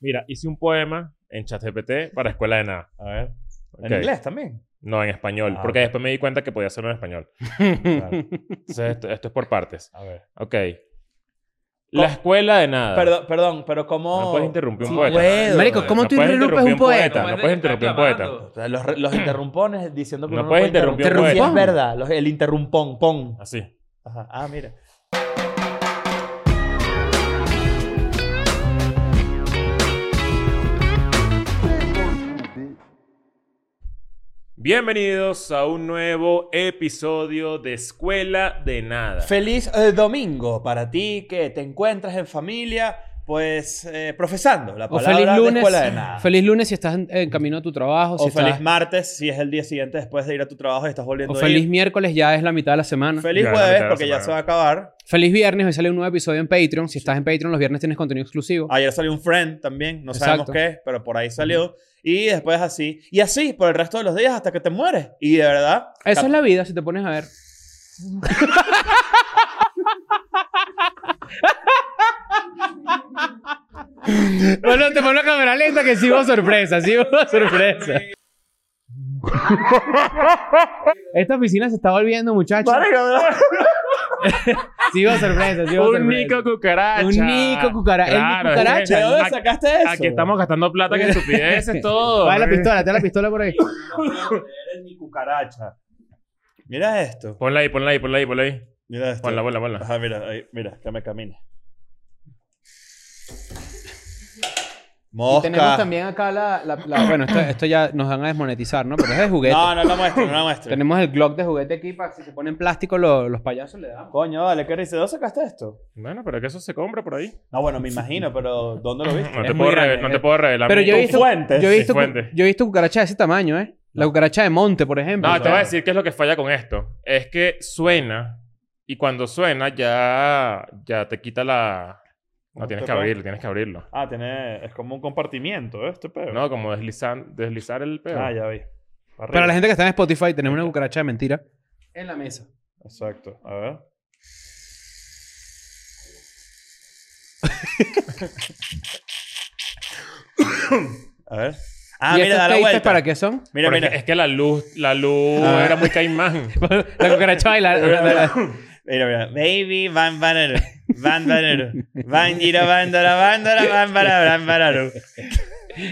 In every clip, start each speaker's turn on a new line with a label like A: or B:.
A: Mira, hice un poema en ChatGPT para Escuela de Nada.
B: A ver.
A: Ok.
B: En inglés también.
A: No, en español.
B: Ah,
A: porque
B: ok.
A: después me di cuenta que podía hacerlo en español.
B: Claro.
A: Entonces, esto, esto es por partes.
B: A ver.
A: Ok. La Escuela de Nada.
B: Perdón, perdón, pero ¿cómo...?
A: No puedes interrumpir un
B: Sí,
A: poeta.
B: puedo.
C: Ah. Marico, ¿cómo
A: No
C: tú
A: puedes
C: interrumpes
A: interrumpir
C: un
A: un poeta.
C: poeta?
A: no puedes interrumpir un poeta.
B: O sea, Los, los interrumpones diciendo que
A: No
B: uno
A: puedes
B: puede
A: interrumpir
C: un
B: Sí,
C: poeta.
B: es verdad. los- el interrumpón, pon.
A: Así.
B: Ajá. Ah, mira.
A: Bienvenidos a un nuevo episodio de Escuela de Nada.
B: Feliz eh, domingo para ti que te encuentras en familia, pues, eh, profesando la
C: O
B: palabra
C: feliz
B: de
C: lunes.
B: escuela de nada.
C: Feliz lunes si estás en, en camino a tu trabajo. si
B: o
C: estás-
B: feliz martes si es el día siguiente después de ir a tu trabajo y estás volviendo
C: o
B: a
C: feliz
B: ir.
C: miércoles, ya es la mitad de la semana.
B: Feliz
A: Ya, la mitad de
B: jueves
A: la
B: porque ya
A: semana.
B: se va a acabar.
C: Feliz viernes, hoy sale un nuevo episodio en Patreon. Si estás en Patreon, los viernes tienes contenido exclusivo.
B: Ayer salió un friend también, no sabemos
C: Exacto.
B: qué, pero por ahí salió. Y después así. Y así por el resto de los días hasta que te mueres. Y de verdad.
C: Esa es la vida, si te pones a ver. bueno, te pongo la cámara lenta que sí hubo sorpresa, sí hubo sorpresa. Esta oficina se está volviendo, muchachos.
B: Marico, de verdad.
C: Sí hubo sorpresa, sí hubo sorpresa.
A: Un Nico Cucaracha.
C: Un Nico Cucaracha.
A: Claro,
C: el
B: ¿De
C: Nico Cucaracha.
B: dónde sacaste eso?
A: Aquí estamos gastando plata que estupideces todo.
C: Vale, la pistola, te la pistola por ahí.
B: Eres mi cucaracha. Mira esto.
A: Ponla ahí, ponla ahí, ponla ahí, ponla ahí.
B: Mira esto.
A: Ponla, ponla, ponla.
B: Ajá, mira, ahí, mira, que me camine.
C: Y tenemos
B: Mosca.
C: también acá la. la- la- bueno, esto, esto ya nos van a desmonetizar, ¿no? Pero es de juguete.
B: No, no la muestre, no la muestre.
C: Tenemos el Glock de juguete aquí para si se ponen plástico lo- los payasos le damos.
B: Coño, vale, ¿qué dice? ¿De dónde sacaste esto?
A: Bueno, pero que eso se compra por ahí.
B: No, bueno, me imagino, pero ¿dónde lo viste?
A: No
C: Es
A: te,
C: muy
A: puedo,
C: grande,
A: revelar- no
C: es-
A: te puedo revelar.
C: Pero
A: mi-
C: yo he
B: Con
C: visto,
B: fuentes.
C: yo he visto,
A: fuentes.
C: yo he visto cucarachas de ese tamaño, ¿eh? La cucaracha de monte, por ejemplo.
A: No,
C: O sea,
A: te voy a decir qué es lo que falla con esto. Es que suena y cuando suena ya, ya te quita la... No,
B: No
A: tienes
B: te
A: que
B: puedo.
A: abrirlo, tienes que abrirlo.
B: Ah, tiene, es como un compartimiento, ¿eh? Este pedo.
A: No, como deslizar, deslizar el pedo.
B: Ah, ya vi. Para
C: Para
B: arriba.
C: la gente que está en Spotify, tenemos una cucaracha de mentira. En la mesa.
B: Exacto, a ver. a ver. Ah,
C: ¿Y
B: mira,
C: estos
B: da la
C: tapes
B: vuelta.
C: para qué son?
A: Pero
B: Mira,
A: es
B: mira.
A: que- Es que la luz, la luz
C: Ah.
A: era muy caimán.
C: la cucaracha baila.
B: Mira, mira. Baby Van Banaru. Van Banaru. Van Giro Bandora Bandora Van Banaru. Van Banaru.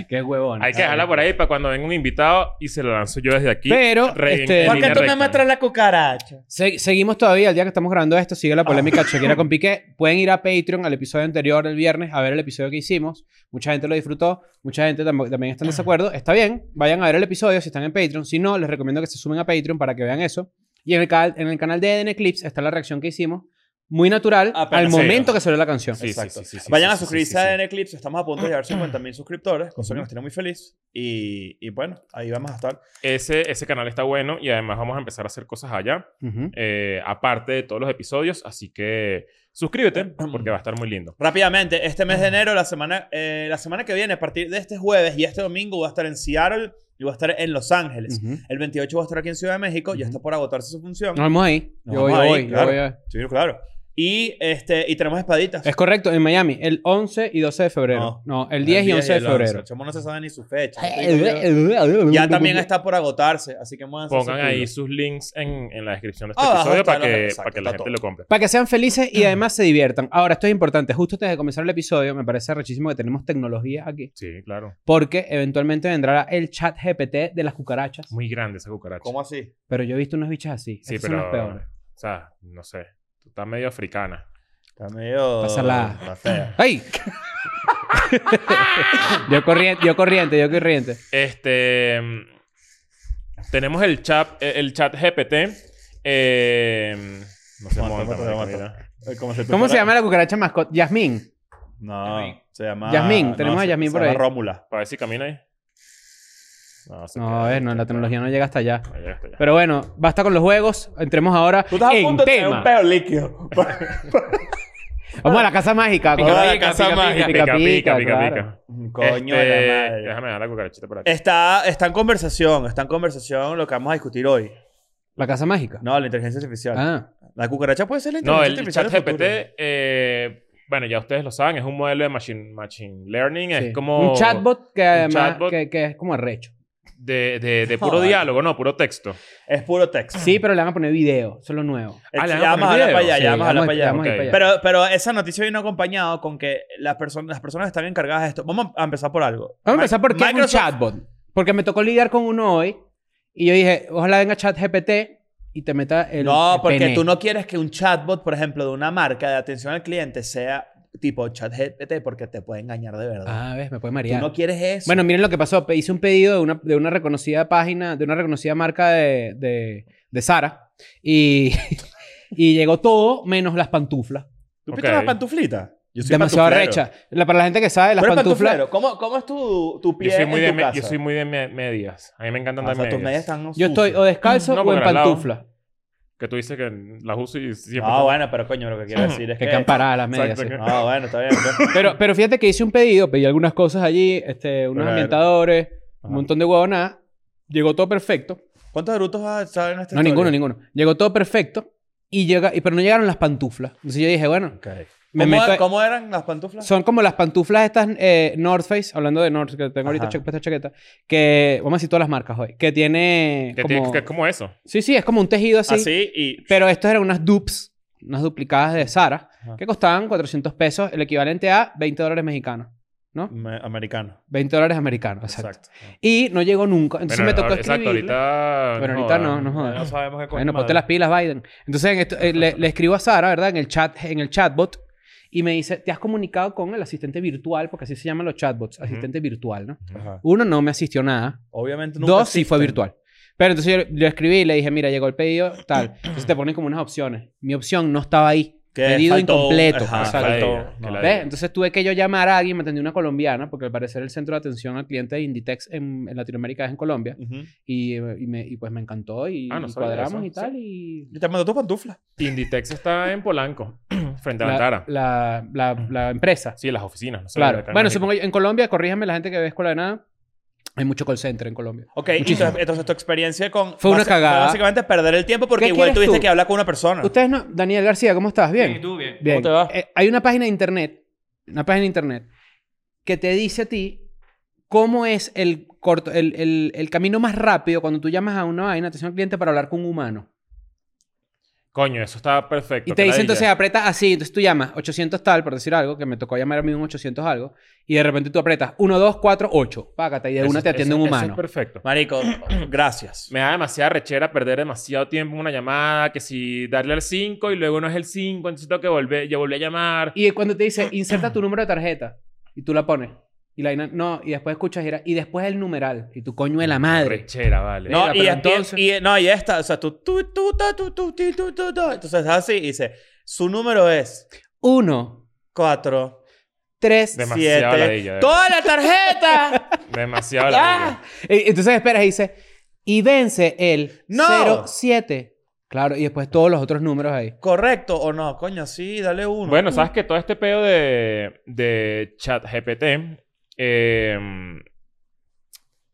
C: qué huevón.
A: Hay que dejarla por ahí para cuando venga un invitado y se la lanzo yo desde aquí.
C: Pero,
A: re-
C: este,
A: en
C: ¿Por
B: ¿Por qué
A: línea
B: tú me
A: recta.
B: muestras la cucaracha?
C: Se- seguimos todavía el día que estamos grabando esto. Sigue
B: Ah.
C: la polémica Shakira con Piqué. Pueden ir a Patreon al episodio anterior del viernes a ver el episodio que hicimos. Mucha gente lo disfrutó. Mucha gente tam- también está en desacuerdo. Está bien. Vayan a ver el episodio si están en Patreon. Si no, les recomiendo que se sumen a Patreon para que vean eso. Y en el, ca- en el canal de EDN Clips está la reacción que hicimos. Muy natural
B: Apenas
C: al
A: sí.
C: momento que salió la canción.
A: Sí, sí,
B: Exacto.
A: sí, sí, sí,
B: Vayan
A: sí,
B: a
A: sí,
B: suscribirse
A: sí, sí.
B: a N Eclipse. Estamos a punto de llegar a 50.000 suscriptores, cosa que nos tiene muy feliz. Y, y bueno, ahí vamos a estar.
A: Ese, ese canal está bueno y además vamos a empezar a hacer cosas allá,
C: Ujú.
A: eh, aparte de todos los episodios. Así que suscríbete porque va a estar muy lindo.
B: Rápidamente, este mes de enero, la semana, eh, la semana que viene, a partir de este jueves y este domingo, voy a estar en Seattle y voy a estar en Los Ángeles.
C: Ujú.
B: El 28 voy a estar aquí en Ciudad de México. Ya
C: Ujú. Ah.
B: está por agotarse su función.
C: Nos vemos ahí.
B: Nos
C: Yo voy,
B: vamos
C: yo
B: ahí,
C: voy, yo
B: claro.
C: voy a-
B: Sí, claro. Y, este, y tenemos espaditas.
C: Es correcto, en Miami, el 11 y 12 de febrero. No, el 10 y 11 de febrero. Eh,
B: El chamo no se sabe ni su fecha.
C: Ya eh,
B: ya también está por agotarse, así que muévanse.
A: Pongan
B: sus
A: ahí
B: culos.
A: sus links en, en la descripción de este
B: Abajo
A: episodio
B: Ah, está
A: para
B: la-
A: que,
B: exacto,
A: para que la gente
B: está todo.
A: lo compre.
C: Para que sean felices y además se diviertan. Ahora, esto es importante. Justo antes de comenzar el episodio, me parece rechísimo que tenemos tecnología aquí.
A: Sí, claro.
C: Porque eventualmente vendrá el chat GPT de las cucarachas.
A: Muy grande esa cucaracha.
B: ¿Cómo así?
C: Pero yo he visto unas bichas así.
A: Sí,
C: Estas
A: pero.
C: son las peores.
A: O sea, no sé. Tú estás medio africana.
B: Está medio.
C: Pásala.
B: Está fea.
C: ¡Ay! yo corriente, yo corriente, yo corriente.
A: Este. mm, Tenemos el chat, eh, el chat GPT. eh, no se
B: Muerto,
A: monta,
B: muerto,
A: marico,
B: muerto.
A: mira.
B: Ay, Eh, ¿Cómo se,
C: ¿Cómo se llama la cucaracha mascota? Yasmín.
B: No, se llama.
C: Yasmín, tenemos
B: no,
C: a
B: se-
C: Yasmín
B: se
C: por
B: llama
C: ahí.
B: Rómula.
A: Para ver si camina ahí. No, se
C: No,
A: queda
C: a ver,
A: ahí, está
C: no, la
A: parado.
C: tecnología no llega hasta allá.
A: Ahí ya está, ya.
C: Pero bueno, basta con los juegos. Entremos ahora
B: Tú estás a
C: en
B: punto de tener
C: tema.
B: un pedo líquido.
C: Vamos a la casa mágica.
B: Pica,
C: con-
B: pica, pica,
A: Pica, pica, pica, pica,
C: claro.
A: pica.
B: Coño
A: Este,
B: de la madre. Este
A: Déjame dar la cucarachita por aquí.
B: Está, está en conversación, está en conversación lo que vamos a discutir hoy.
C: La casa mágica.
B: No, la inteligencia artificial.
C: Ah.
B: La cucaracha puede ser la
A: No,
B: inteligencia
A: el
B: artificial.
A: chat
B: del
A: GPT
B: futuro.
A: eh, bueno, ya ustedes lo saben, es un modelo de machine, machine learning,
C: Sí.
A: es como
C: Un chatbot que además
A: chatbot.
C: Que, que es como arrecho.
A: de, de- de puro
B: Joder.
A: diálogo, no, puro texto.
B: Es puro texto.
C: Sí, pero le van a poner video. Eso es lo nuevo.
B: Es-
A: Ah, le van
B: ya
A: a
B: vamos a
A: poner
B: hablar para
A: video.
B: allá,
C: Sí,
B: ya vamos a hablar
C: vamos
B: para
C: a-
B: allá.
C: vamos a ir
A: ok.
C: para allá.
B: Pero, pero esa noticia vino acompañado con que las, personas las personas que están encargadas de esto. Vamos a empezar por algo.
C: Vamos a empezar por qué es un
B: Microsoft-
C: chatbot. Porque me tocó lidiar con uno hoy y yo dije, ojalá venga ChatGPT y te meta el. E.
B: No,
C: el
B: porque
C: pene.
B: tú no quieres que un chatbot, por ejemplo, de una marca de atención al cliente sea tipo ChatGPT porque te puede engañar de verdad.
C: Ah, ves, me puede
B: Tú
C: marear.
B: no quieres eso.
C: Bueno, miren lo que pasó. Pe- Hice un pedido de una, de una reconocida página, de una reconocida marca de, de, de Sara. Y, y llegó todo menos las pantuflas.
B: ¿tú
A: ok.
B: viste las pantuflitas? Yo soy
C: Demasiado
B: pantuflero.
C: recha. La- para la gente que sabe, las
B: Tú eres
C: pantuflas.
B: pantuflero. ¿Cómo, ¿Cómo es tu, tu pie
A: Yo soy, muy de
B: en tu
A: me-
B: casa?
A: yo soy muy de me- medias. A mí me encantan
B: Ah, o
A: las
B: sea, tus
A: medias.
B: medias están
C: Yo estoy o
B: sucias.
C: descalzo
A: No,
C: o en
A: porque la lavo.
C: pantufla.
A: Que tú dices que las uso y siempre...
B: No, Ah, bueno, pero coño, lo que quiero decir es
C: Que
B: que...
C: quedan paradas las medias.
A: Exacto,
C: sí.
A: que-
B: Ah, bueno, está bien. pues.
C: Pero, pero fíjate que hice un pedido, pedí algunas cosas allí, este, unos
B: Claro.
C: ambientadores, un
B: Ajá.
C: montón de huevonadas. Llegó todo perfecto.
B: ¿Cuántos Narutos has- saben esta historia?
C: No, ninguno, ninguno. Llegó todo perfecto. Y llega, y- pero no llegaron las pantuflas. Entonces yo dije, bueno,
B: Ok.
C: me
B: ¿Cómo,
C: meto-
B: cómo eran las pantuflas?
C: Son como las pantuflas estas eh, North Face, hablando de North, que tengo ahorita
B: Ajá.
C: che- puesta chaqueta, que vamos a decir todas las marcas hoy, que tiene
A: Que, tiene-
C: como...
A: que es como eso.
C: Sí, sí, es como un tejido así,
B: Así y...
C: pero estas eran unas dupes, unas duplicadas de Sara,
B: Ajá.
C: que costaban 400 pesos, el equivalente a 20 dólares mexicanos, ¿no?
B: Me- americano.
C: 20 dólares americanos, exacto. Y no llegó nunca, entonces
A: Bueno,
C: me tocó
A: ahora-
C: escribir.
A: Exacto, ahorita...
C: Bueno, ahorita no,
A: jodan.
C: no jodan.
B: sabemos qué coño
C: Ah. Bueno,
B: madre.
C: ponte las pilas, Biden. Entonces en esto- eh, le, le escribo a Sara, ¿verdad? En el chat, en el chatbot. Y me dice, te has comunicado con el asistente virtual, porque así se llaman los chatbots, asistente virtual, ¿no?
B: Ajá.
C: Uno, no me asistió nada.
B: Obviamente nunca
C: Dos, sí fue
B: existen.
C: virtual. Pero entonces yo, le- yo escribí y le dije, mira, llegó el pedido, tal. Entonces te ponen como unas opciones. Mi opción no estaba ahí.
B: Que
C: pedido
B: faltó-
C: incompleto.
B: Ajá,
C: Exacto.
B: faltó.
A: Que la diga, que
B: No.
A: la
C: ¿Ves?
A: diga.
C: Entonces tuve que yo llamar a alguien, me atendió una colombiana, porque al parecer el centro de atención al cliente de Inditex en, en Latinoamérica es en Colombia.
B: Ujú.
C: Y, eh, y me- y pues me encantó y,
A: Ah, no
C: y
A: sabía
C: cuadramos
A: eso.
C: y tal. Y
B: Y te mandó tus pantuflas.
A: Inditex está en Polanco, frente a la,
C: la,
A: Antara.
C: la, la- la empresa.
A: Sí, las oficinas. No sé,
C: claro.
A: acá en
C: Bueno,
A: México.
C: supongo yo- en Colombia, corríjame la gente que ve Escuela de Nada, hay mucho call center en Colombia.
B: Ok, entonces, entonces tu experiencia con...
C: Fue una
B: basi-
C: cagada.
B: básicamente perder el tiempo porque
C: ¿Qué
B: igual
C: quieres
B: tuviste
C: tú?
B: que hablar con una
A: Ah.
B: persona.
C: Ustedes no... Daniel García, ¿cómo estás? Bien.
D: ¿y tú bien?
C: Bien.
B: te va?
C: Eh, hay una página de internet, una página de internet, que te dice a ti cómo es el, corto, el, el- el camino más rápido cuando tú llamas a una vaina, atención al cliente, para hablar con un humano.
A: Coño, eso está perfecto.
C: Y
A: que
C: te
A: la
C: dice
A: diga.
C: entonces, aprieta así, entonces tú llamas 800 tal, por decir algo, que me tocó llamar a mí un 800 algo, y de repente tú apretas 1, 2, 4, 8, págate, y de
A: Eso-
C: una te atiende
A: eso-
C: un
A: eso
C: humano.
A: es perfecto.
B: Marico, gracias.
A: Me da demasiada rechera perder demasiado tiempo en una llamada, que si darle al 5 y luego no es el 5, entonces tengo que volver, yo volví a llamar.
C: Y cuando te dice, inserta tu número de tarjeta, y tú la pones, y la vaina, no, y después escuchas, y era- y después el numeral, y tu coño de la madre.
A: Rechera, vale.
B: No,
C: Mira,
B: y, es-
C: pero entonces-
B: y- no, y esta, o sea, tú, tú, tú, tú, tú, tú, tú, tú, tú, tú. Entonces así y dice, su número es
C: 1,
B: 4,
C: 3,
A: Demasiado
B: 7,
A: ladilla.
B: toda la tarjeta.
A: Demasiado
B: ¡Ah!
A: ladilla.
C: Eh, Entonces esperas y dice, y vence el
B: ¡No!
C: 07. Claro, y después todos los otros números ahí.
B: ¿Correcto o no? Coño, sí, dale uno.
A: Bueno, sabes que todo este pedo de, de ChatGPT eh,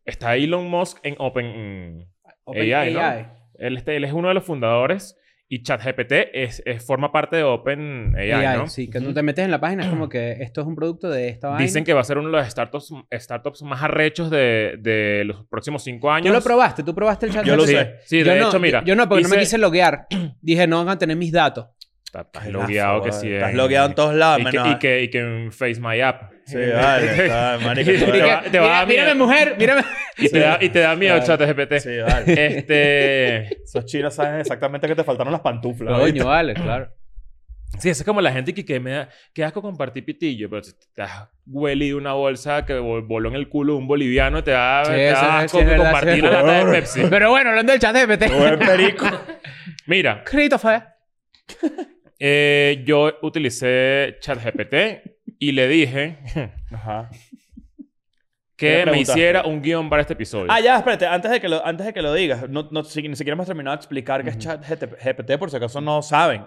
A: está Elon Musk en Open.
C: Open
A: AI, ¿no? Él, este- él es uno de los fundadores y ChatGPT es, es- forma parte de OpenAI,
C: AI,
A: ¿no?
C: sí, que tú te metes en la página, es como que esto es un producto de esta vaina.
A: Dicen que va a ser uno de los startups, startups más arrechos de, de los próximos cinco años.
C: Tú lo probaste, tú probaste el chat.
B: Yo lo
A: sí,
B: sé.
A: Sí, de
C: Yo no,
A: hecho, mira.
C: Yo, yo no, porque no me
A: hice-
C: quise loguear. Dije, no van a tener mis datos.
A: Está- Estás
B: Qué
A: logueado
B: gafa,
A: que
B: weón.
A: sí.
B: Estás logueado en todos lados,
A: y que,
B: menos-
A: y, que, y que en Face My App.
B: Sí, vale, está, marico.
A: Y
B: tú
A: que-
B: eres-
A: va- te va a
C: mira,
A: dar
C: mírame,
A: miedo.
C: mujer, mírame.
A: Y, te da, y te da miedo
B: Claro.
A: ChatGPT.
B: Sí, vale.
A: Este...
B: Esos chinos saben exactamente que te faltaron las pantuflas. ¿oíste?
C: Coño, vale, claro.
A: Sí, eso es como la gente que, que me da... Qué asco compartir pitillo. Pero si te has huelido una bolsa que vol- voló en el culo un boliviano, te da,
C: Sí,
A: te da
C: eso es-
A: asco
C: sí, es verdad,
A: compartir
C: sí,
A: la
C: es
A: lata de
B: verdad.
A: Pepsi.
C: Pero bueno, hablando del chat GPT.
B: Buen perico.
A: Mira,
C: Christopher.
A: eh, yo utilicé ChatGPT y le dije
B: Ajá. ¿Qué
A: que
B: le
A: me
B: preguntaste?
A: hiciera un guión para este episodio.
B: Ah, ya, espérate, antes de que lo, antes de que lo digas, no, no, si- ni siquiera hemos terminado de explicar qué es ChatGPT, por si acaso no saben.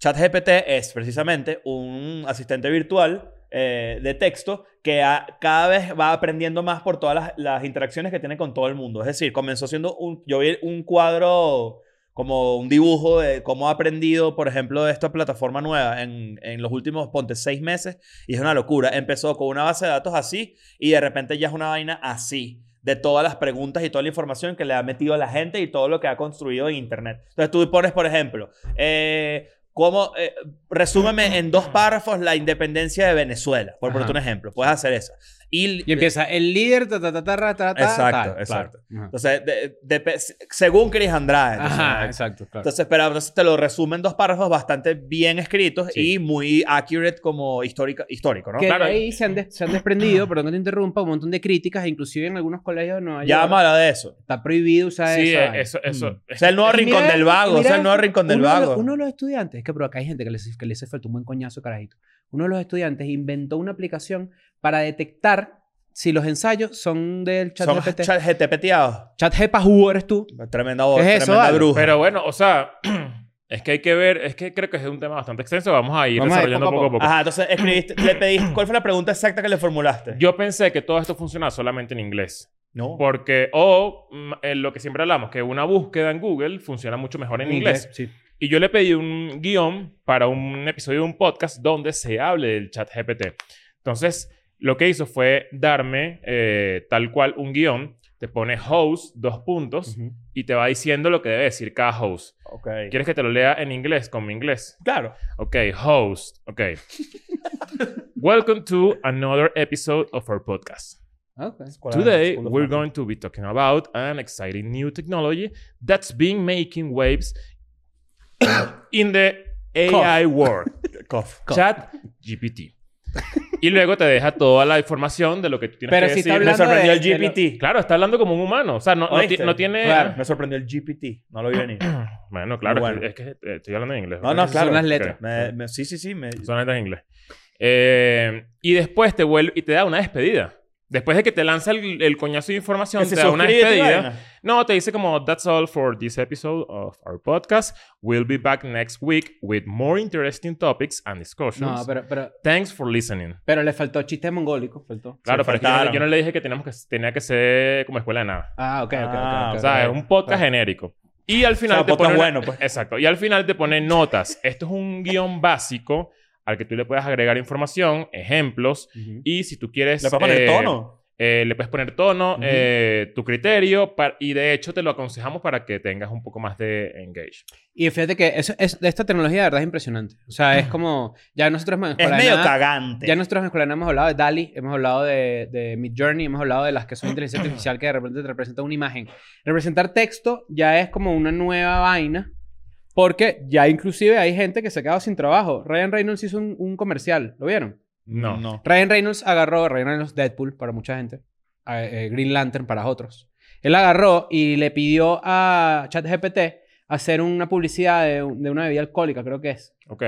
B: ChatGPT es precisamente un asistente virtual eh, de texto que a- cada vez va aprendiendo más por todas las, las interacciones que tiene con todo el mundo. Es decir, comenzó siendo un, yo vi un cuadro como un dibujo de cómo ha aprendido, por ejemplo, de esta plataforma nueva en, en los últimos, ponte, seis meses. Y es una locura. Empezó con una base de datos así y de repente ya es una vaina así. De todas las preguntas y toda la información que le ha metido a la gente y todo lo que ha construido en Internet. Entonces tú pones, por ejemplo, eh, ¿Cómo? eh, resúmeme en dos párrafos la independencia de Venezuela, por
C: Ajá.
B: ponerte un ejemplo. Puedes hacer eso. Y,
C: Y empieza el líder, ta, ta, ta, ta, ra, ta, ta,
B: Exacto,
C: tal, claro.
B: exacto.
C: Ajá.
B: Entonces, de- de- según Chris Andrade. entonces,
C: Ajá,
A: eh,
B: ¿no?
C: exacto, claro.
B: Entonces, pero entonces te lo resumen dos párrafos bastante bien escritos
A: Sí.
B: y muy accurate como histórico, histórico ¿no?
C: que
A: claro.
C: de ahí se han, des- se han desprendido, perdón que te interrumpa, un montón de críticas, inclusive en algunos colegios de Nueva
B: Ya
C: York.
B: vamos a hablar de eso.
C: Está prohibido usar
A: Sí,
C: esa
A: eh,
C: vaina.
A: eso,
C: Mm.
A: eso.
B: O sea, el nuevo
C: Y
B: rincón
C: mira-
B: del vago.
C: y
B: O sea, el
C: mira,
B: nuevo rincón del
C: uno de los-
B: vago.
C: uno de los estudiantes, es que pero acá hay gente que les, que les hace falta un buen coñazo, carajito. Uno de los estudiantes inventó una aplicación para detectar si los ensayos son del chat
B: Son
C: GPT. Chat,
B: chat GTPteados.
C: GPA, who eres tú?
B: Tremenda voz,
C: Es eso,
B: tremenda
C: vale.
B: bruja.
A: Pero bueno, o sea, es que hay que ver, es que creo que es un tema bastante extenso. Vamos a ir
C: Vamos a ir
A: desarrollando
C: poco a
A: poco a poco.
B: Ajá, entonces escribiste, le pediste, ¿cuál fue la pregunta exacta que le formulaste?
A: Yo pensé que todo esto funcionaba solamente en inglés.
B: no.
A: Porque, o mm, eh, lo que siempre hablamos, que una búsqueda en Google funciona mucho mejor en inglés.
C: Sí.
A: Y yo le pedí un guión para un episodio de un podcast donde se hable del chat GPT. Entonces, lo que hizo fue darme eh, tal cual un guión. Te pone host, dos puntos,
B: Ujú.
A: y te va diciendo lo que debe decir cada host.
B: Ok.
A: ¿Quieres que te lo lea en inglés, con mi inglés?
B: Claro.
A: Okay, host. Okay. Welcome to another episode of our podcast.
C: Ah, Ok.
A: Today, we're going to be talking about an exciting new technology that's been making waves in the AI world,
B: Cough.
A: Chat GPT. Y luego te deja toda la información de lo que tú tienes
C: Pero
A: que
C: si está
A: decir.
B: Me
C: hablando
B: sorprendió
C: de-
B: el
C: de lo-
B: GPT.
A: Claro, está hablando como un humano. O sea, no, no ti-
B: ¿Oíste?
A: no tiene...
B: Claro, me sorprendió el GPT. No lo vi venir.
A: Bueno, claro.
B: Bueno.
A: Es que es que, eh, estoy hablando en inglés.
B: No, no,
A: ¿verdad?
B: claro.
C: Son las letras.
B: Me- me- sí, sí, sí. me-
A: Son letras en inglés. Eh, y después te vuelve y te da una despedida. Después de que te lanza el, el coñazo de información,
B: que
A: te
B: se
A: da una
B: suscribe y
A: despedida.
B: vaina.
A: No, te dice como, that's all for this episode of our podcast. We'll be back next week with more interesting topics and discussions.
C: No, pero, pero,
A: Thanks for listening.
C: pero le faltó chiste mongólico, faltó.
A: Claro, pero es que yo no-
B: faltaron.
A: yo no le dije que, teníamos que tenía que ser como escuela de nada.
C: Ah, ok, ok, ok,
B: Ah,
C: ok.
A: O sea, es un podcast
C: Claro.
A: genérico. Y al final
B: O sea,
A: te
B: podcast
A: pone
B: bueno, pues.
A: Exacto. Y al final te pone notas. Esto es un guión básico al que tú le puedes agregar información, ejemplos,
C: Ujú.
A: Y si tú quieres...
B: Le puedes poner
A: eh,
B: tono.
A: eh, le puedes poner tono,
B: Ujú.
A: eh, tu criterio, par- y de hecho te lo aconsejamos para que tengas un poco más de engage.
C: Y fíjate que eso, es, esta tecnología de verdad es impresionante. O sea, es como... Ya nosotros... en
B: Ah. Es
C: Escuela de
B: medio
C: Nada-
B: cagante.
C: Ya nosotros en Escuela hemos hablado de DALI, hemos hablado de, de Mid Journey, hemos hablado de las que son inteligencia artificial que de repente te representa una imagen. Representar texto ya es como una nueva vaina, porque ya inclusive hay gente que se ha quedado sin trabajo. Ryan Reynolds hizo un, un comercial, ¿lo vieron?
A: No.
B: No.
C: Ryan Reynolds agarró, Ryan Reynolds Deadpool para mucha gente, eh, eh, Green Lantern para otros. Él agarró y le pidió a ChatGPT hacer una publicidad de, un- de una bebida alcohólica, creo que es.
A: Ok.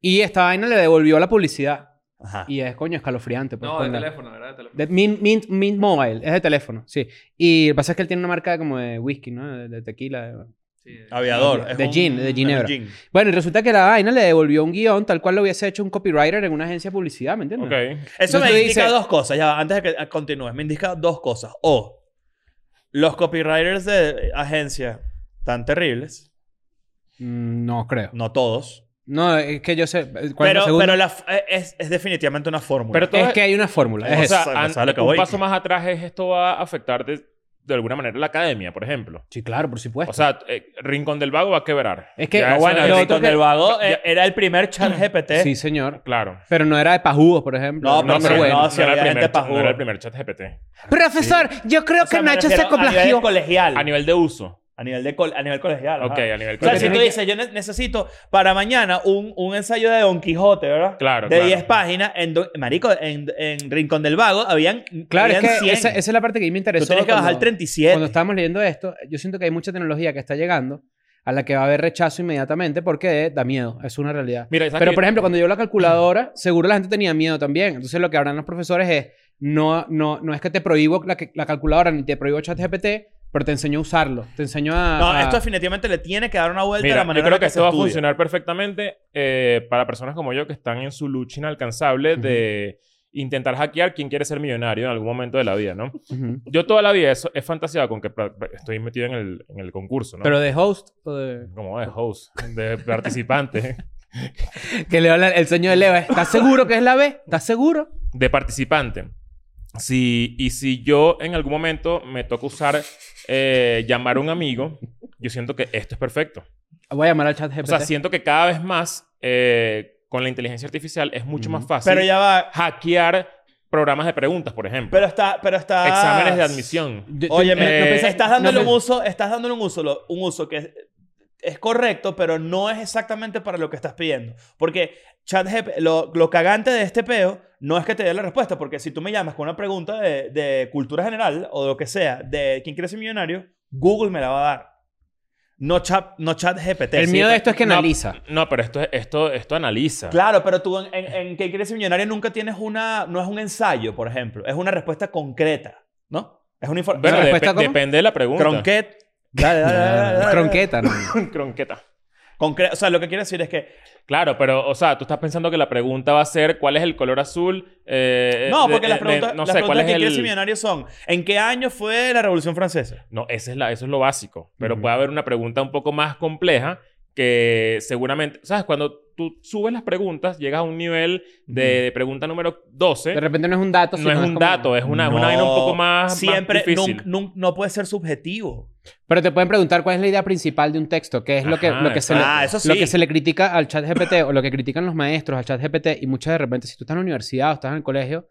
C: Y esta vaina le devolvió la publicidad.
B: Ajá.
C: Y es coño escalofriante. pues,
D: No, de
C: coño.
D: teléfono, ¿verdad? De teléfono.
C: De Mint, Mint, Mint Mobile, es de teléfono, sí. Y lo que pasa es que él tiene una marca como de whisky, ¿no? De, de tequila. de-
D: Sí, de-
B: Aviador. es
C: De
B: un-
C: gin, de
B: es un
C: ginebra.
B: gin.
C: Bueno, y resulta que la vaina le devolvió un guión tal cual lo hubiese hecho un copywriter en una agencia de publicidad, ¿me entiendes?
A: Ok.
B: Eso
C: Entonces
B: me
C: tú
B: indica
C: dices-
B: dos cosas. Ya, va, antes de que continúes, me indica dos cosas. O, los copywriters de agencia tan terribles.
C: Mm, no creo.
B: No todos.
C: No, es que yo sé. ¿Cuál es la
B: Pero,
C: segunda?
B: pero la f- eh, es, es definitivamente una fórmula.
A: Pero todo
C: Es que hay una fórmula.
A: o
C: Es
A: sea,
C: eso.
B: Exacto,
A: an-
B: eso es lo que
A: un
B: voy.
A: paso más atrás es esto va a afectar de, de alguna manera la academia, por ejemplo.
C: Sí, claro, por supuesto.
A: O sea, eh, Rincón del Vago va a quebrar.
C: Es que-
A: Ya
C: no,
A: eso
C: bueno,
A: es-
B: el
C: lo
B: Rincón
C: otro que-
B: del Vago eh,
A: Ya-
B: era el primer chat GPT.
C: sí, señor.
A: Claro.
C: Pero no era de pajugos, por ejemplo.
B: No, pero
C: pero
B: no,
C: bueno.
B: si había
A: el primer,
B: gente pa'
A: no
B: jugar.
A: era el primer chat GPT.
C: Profesor, yo creo
B: O sea,
C: que
B: me
C: Nacho
B: refiero
C: se
B: A nivel
C: coplagió.
B: colegial.
A: A nivel de uso.
B: A nivel, de col- a nivel colegial.
A: Ok,
B: ajá.
A: a nivel
B: O sea, si
A: colegial.
B: tú dices, yo ne- necesito para mañana un, un ensayo de Don Quijote, ¿verdad?
A: Claro,
B: De
A: claro.
B: 10 páginas. En do- Marico, en, en Rincón del Vago habían.
C: Claro, es
B: habían
C: que
B: 100.
C: esa, esa es la parte que a mí me interesó.
B: Tú tienes que
C: cuando-
B: bajar 37.
C: Cuando estábamos leyendo esto, yo siento que hay mucha tecnología que está llegando a la que va a haber rechazo inmediatamente porque da miedo. Es una realidad.
A: Mira, ¿sabes
C: Pero,
A: qué?
C: por ejemplo, cuando yo la calculadora, seguro la gente tenía miedo también. Entonces, lo que harán los profesores es, no, no, no es que te prohíbo la, que- la calculadora ni te prohíbo ChatGPT, pero te enseño a usarlo. Te enseño a...
B: No,
C: a-
B: esto definitivamente le tiene que dar una vuelta a
A: Mira,
B: la
A: yo
B: manera
A: creo
B: en la
A: que,
B: que, se
A: esto va a
B: estudia.
A: funcionar perfectamente eh, para personas como yo que están en su lucha inalcanzable de intentar hackear quién quiere ser millonario en algún momento de la vida, ¿no?
C: Ujú.
A: Yo toda la vida eso, he fantaseado con que pra- pra- estoy metido en el, en el concurso, ¿no?
C: Pero de host o de...
A: como de host, de participante.
C: Que le habla el sueño de Leo. es, ¿Estás seguro que es la B? ¿Estás seguro?
A: de participante. Si, y si yo en algún momento me toca usar eh, llamar a un amigo, yo siento que esto es perfecto.
C: Voy a llamar al chat GPT.
A: O sea, siento que cada vez más eh, con la inteligencia artificial es mucho más fácil
B: Pero ya va.
A: hackear programas de preguntas, por ejemplo.
B: Pero está. Pero está
A: Exámenes de admisión.
C: Yo- yo-
B: Oye,
A: me-
C: eh,
A: no pensé-
B: estás dándole
C: no
B: un
C: pensé-
B: uso, estás dándole un uso, lo- un uso que es, es correcto, pero no es exactamente para lo que estás pidiendo. Porque ChatGPT, lo, lo cagante de este peo no es que te dé la respuesta, porque si tú me llamas con una pregunta de, de cultura general o de lo que sea, de quién quiere ser millonario, Google me la va a dar. No chat, no ChatGPT.
C: El
B: ¿sí? pues.
C: miedo de esto es que
A: pues, No,
C: analiza.
A: No, pero esto, esto, esto analiza.
B: Claro, pero tú en, en, en quién quiere ser millonario nunca tienes una, no es un ensayo, por ejemplo, es una respuesta concreta, ¿no? Es un informe.
A: Bueno,
C: ¿La respuesta
A: depe-
C: cómo?
A: depende de la pregunta.
B: Cronquet. Dale, dale, dale, dale, dale.
C: Cronqueta, ¿no?
A: Cronqueta.
B: Concre- o sea, lo que quiero decir es que.
A: Claro, pero, o sea, tú estás pensando que la pregunta va a ser ¿cuál es el color azul? Eh,
B: No,
A: de-
B: porque las
A: de-
B: preguntas,
A: no
B: las
A: sé, ¿cuál
B: preguntas
A: es
B: que
A: el...
B: quiere ser millonario son: ¿en qué año fue la Revolución Francesa?
A: No, esa es la, eso es lo básico. Pero
C: Ujú.
A: puede haber una pregunta un poco más compleja que seguramente, ¿sabes? Cuando tú subes las preguntas, llegas a un nivel de, de pregunta número 12.
C: De repente no es un dato.
A: no
C: sino
A: es un
C: como-
A: dato, es una, es una
B: No,
A: vaina un poco más, más
B: Siempre,
A: difícil.
B: nun- nun- no puede ser subjetivo.
C: Pero te pueden preguntar cuál es la idea principal de un texto, que es lo que,
A: Ajá,
C: lo que, se, le,
B: exacto. Ah, eso sí.
C: lo que se le critica al chat GPT o lo que critican los maestros al chat GPT. Y muchas de repente, si tú estás en la universidad o estás en el colegio,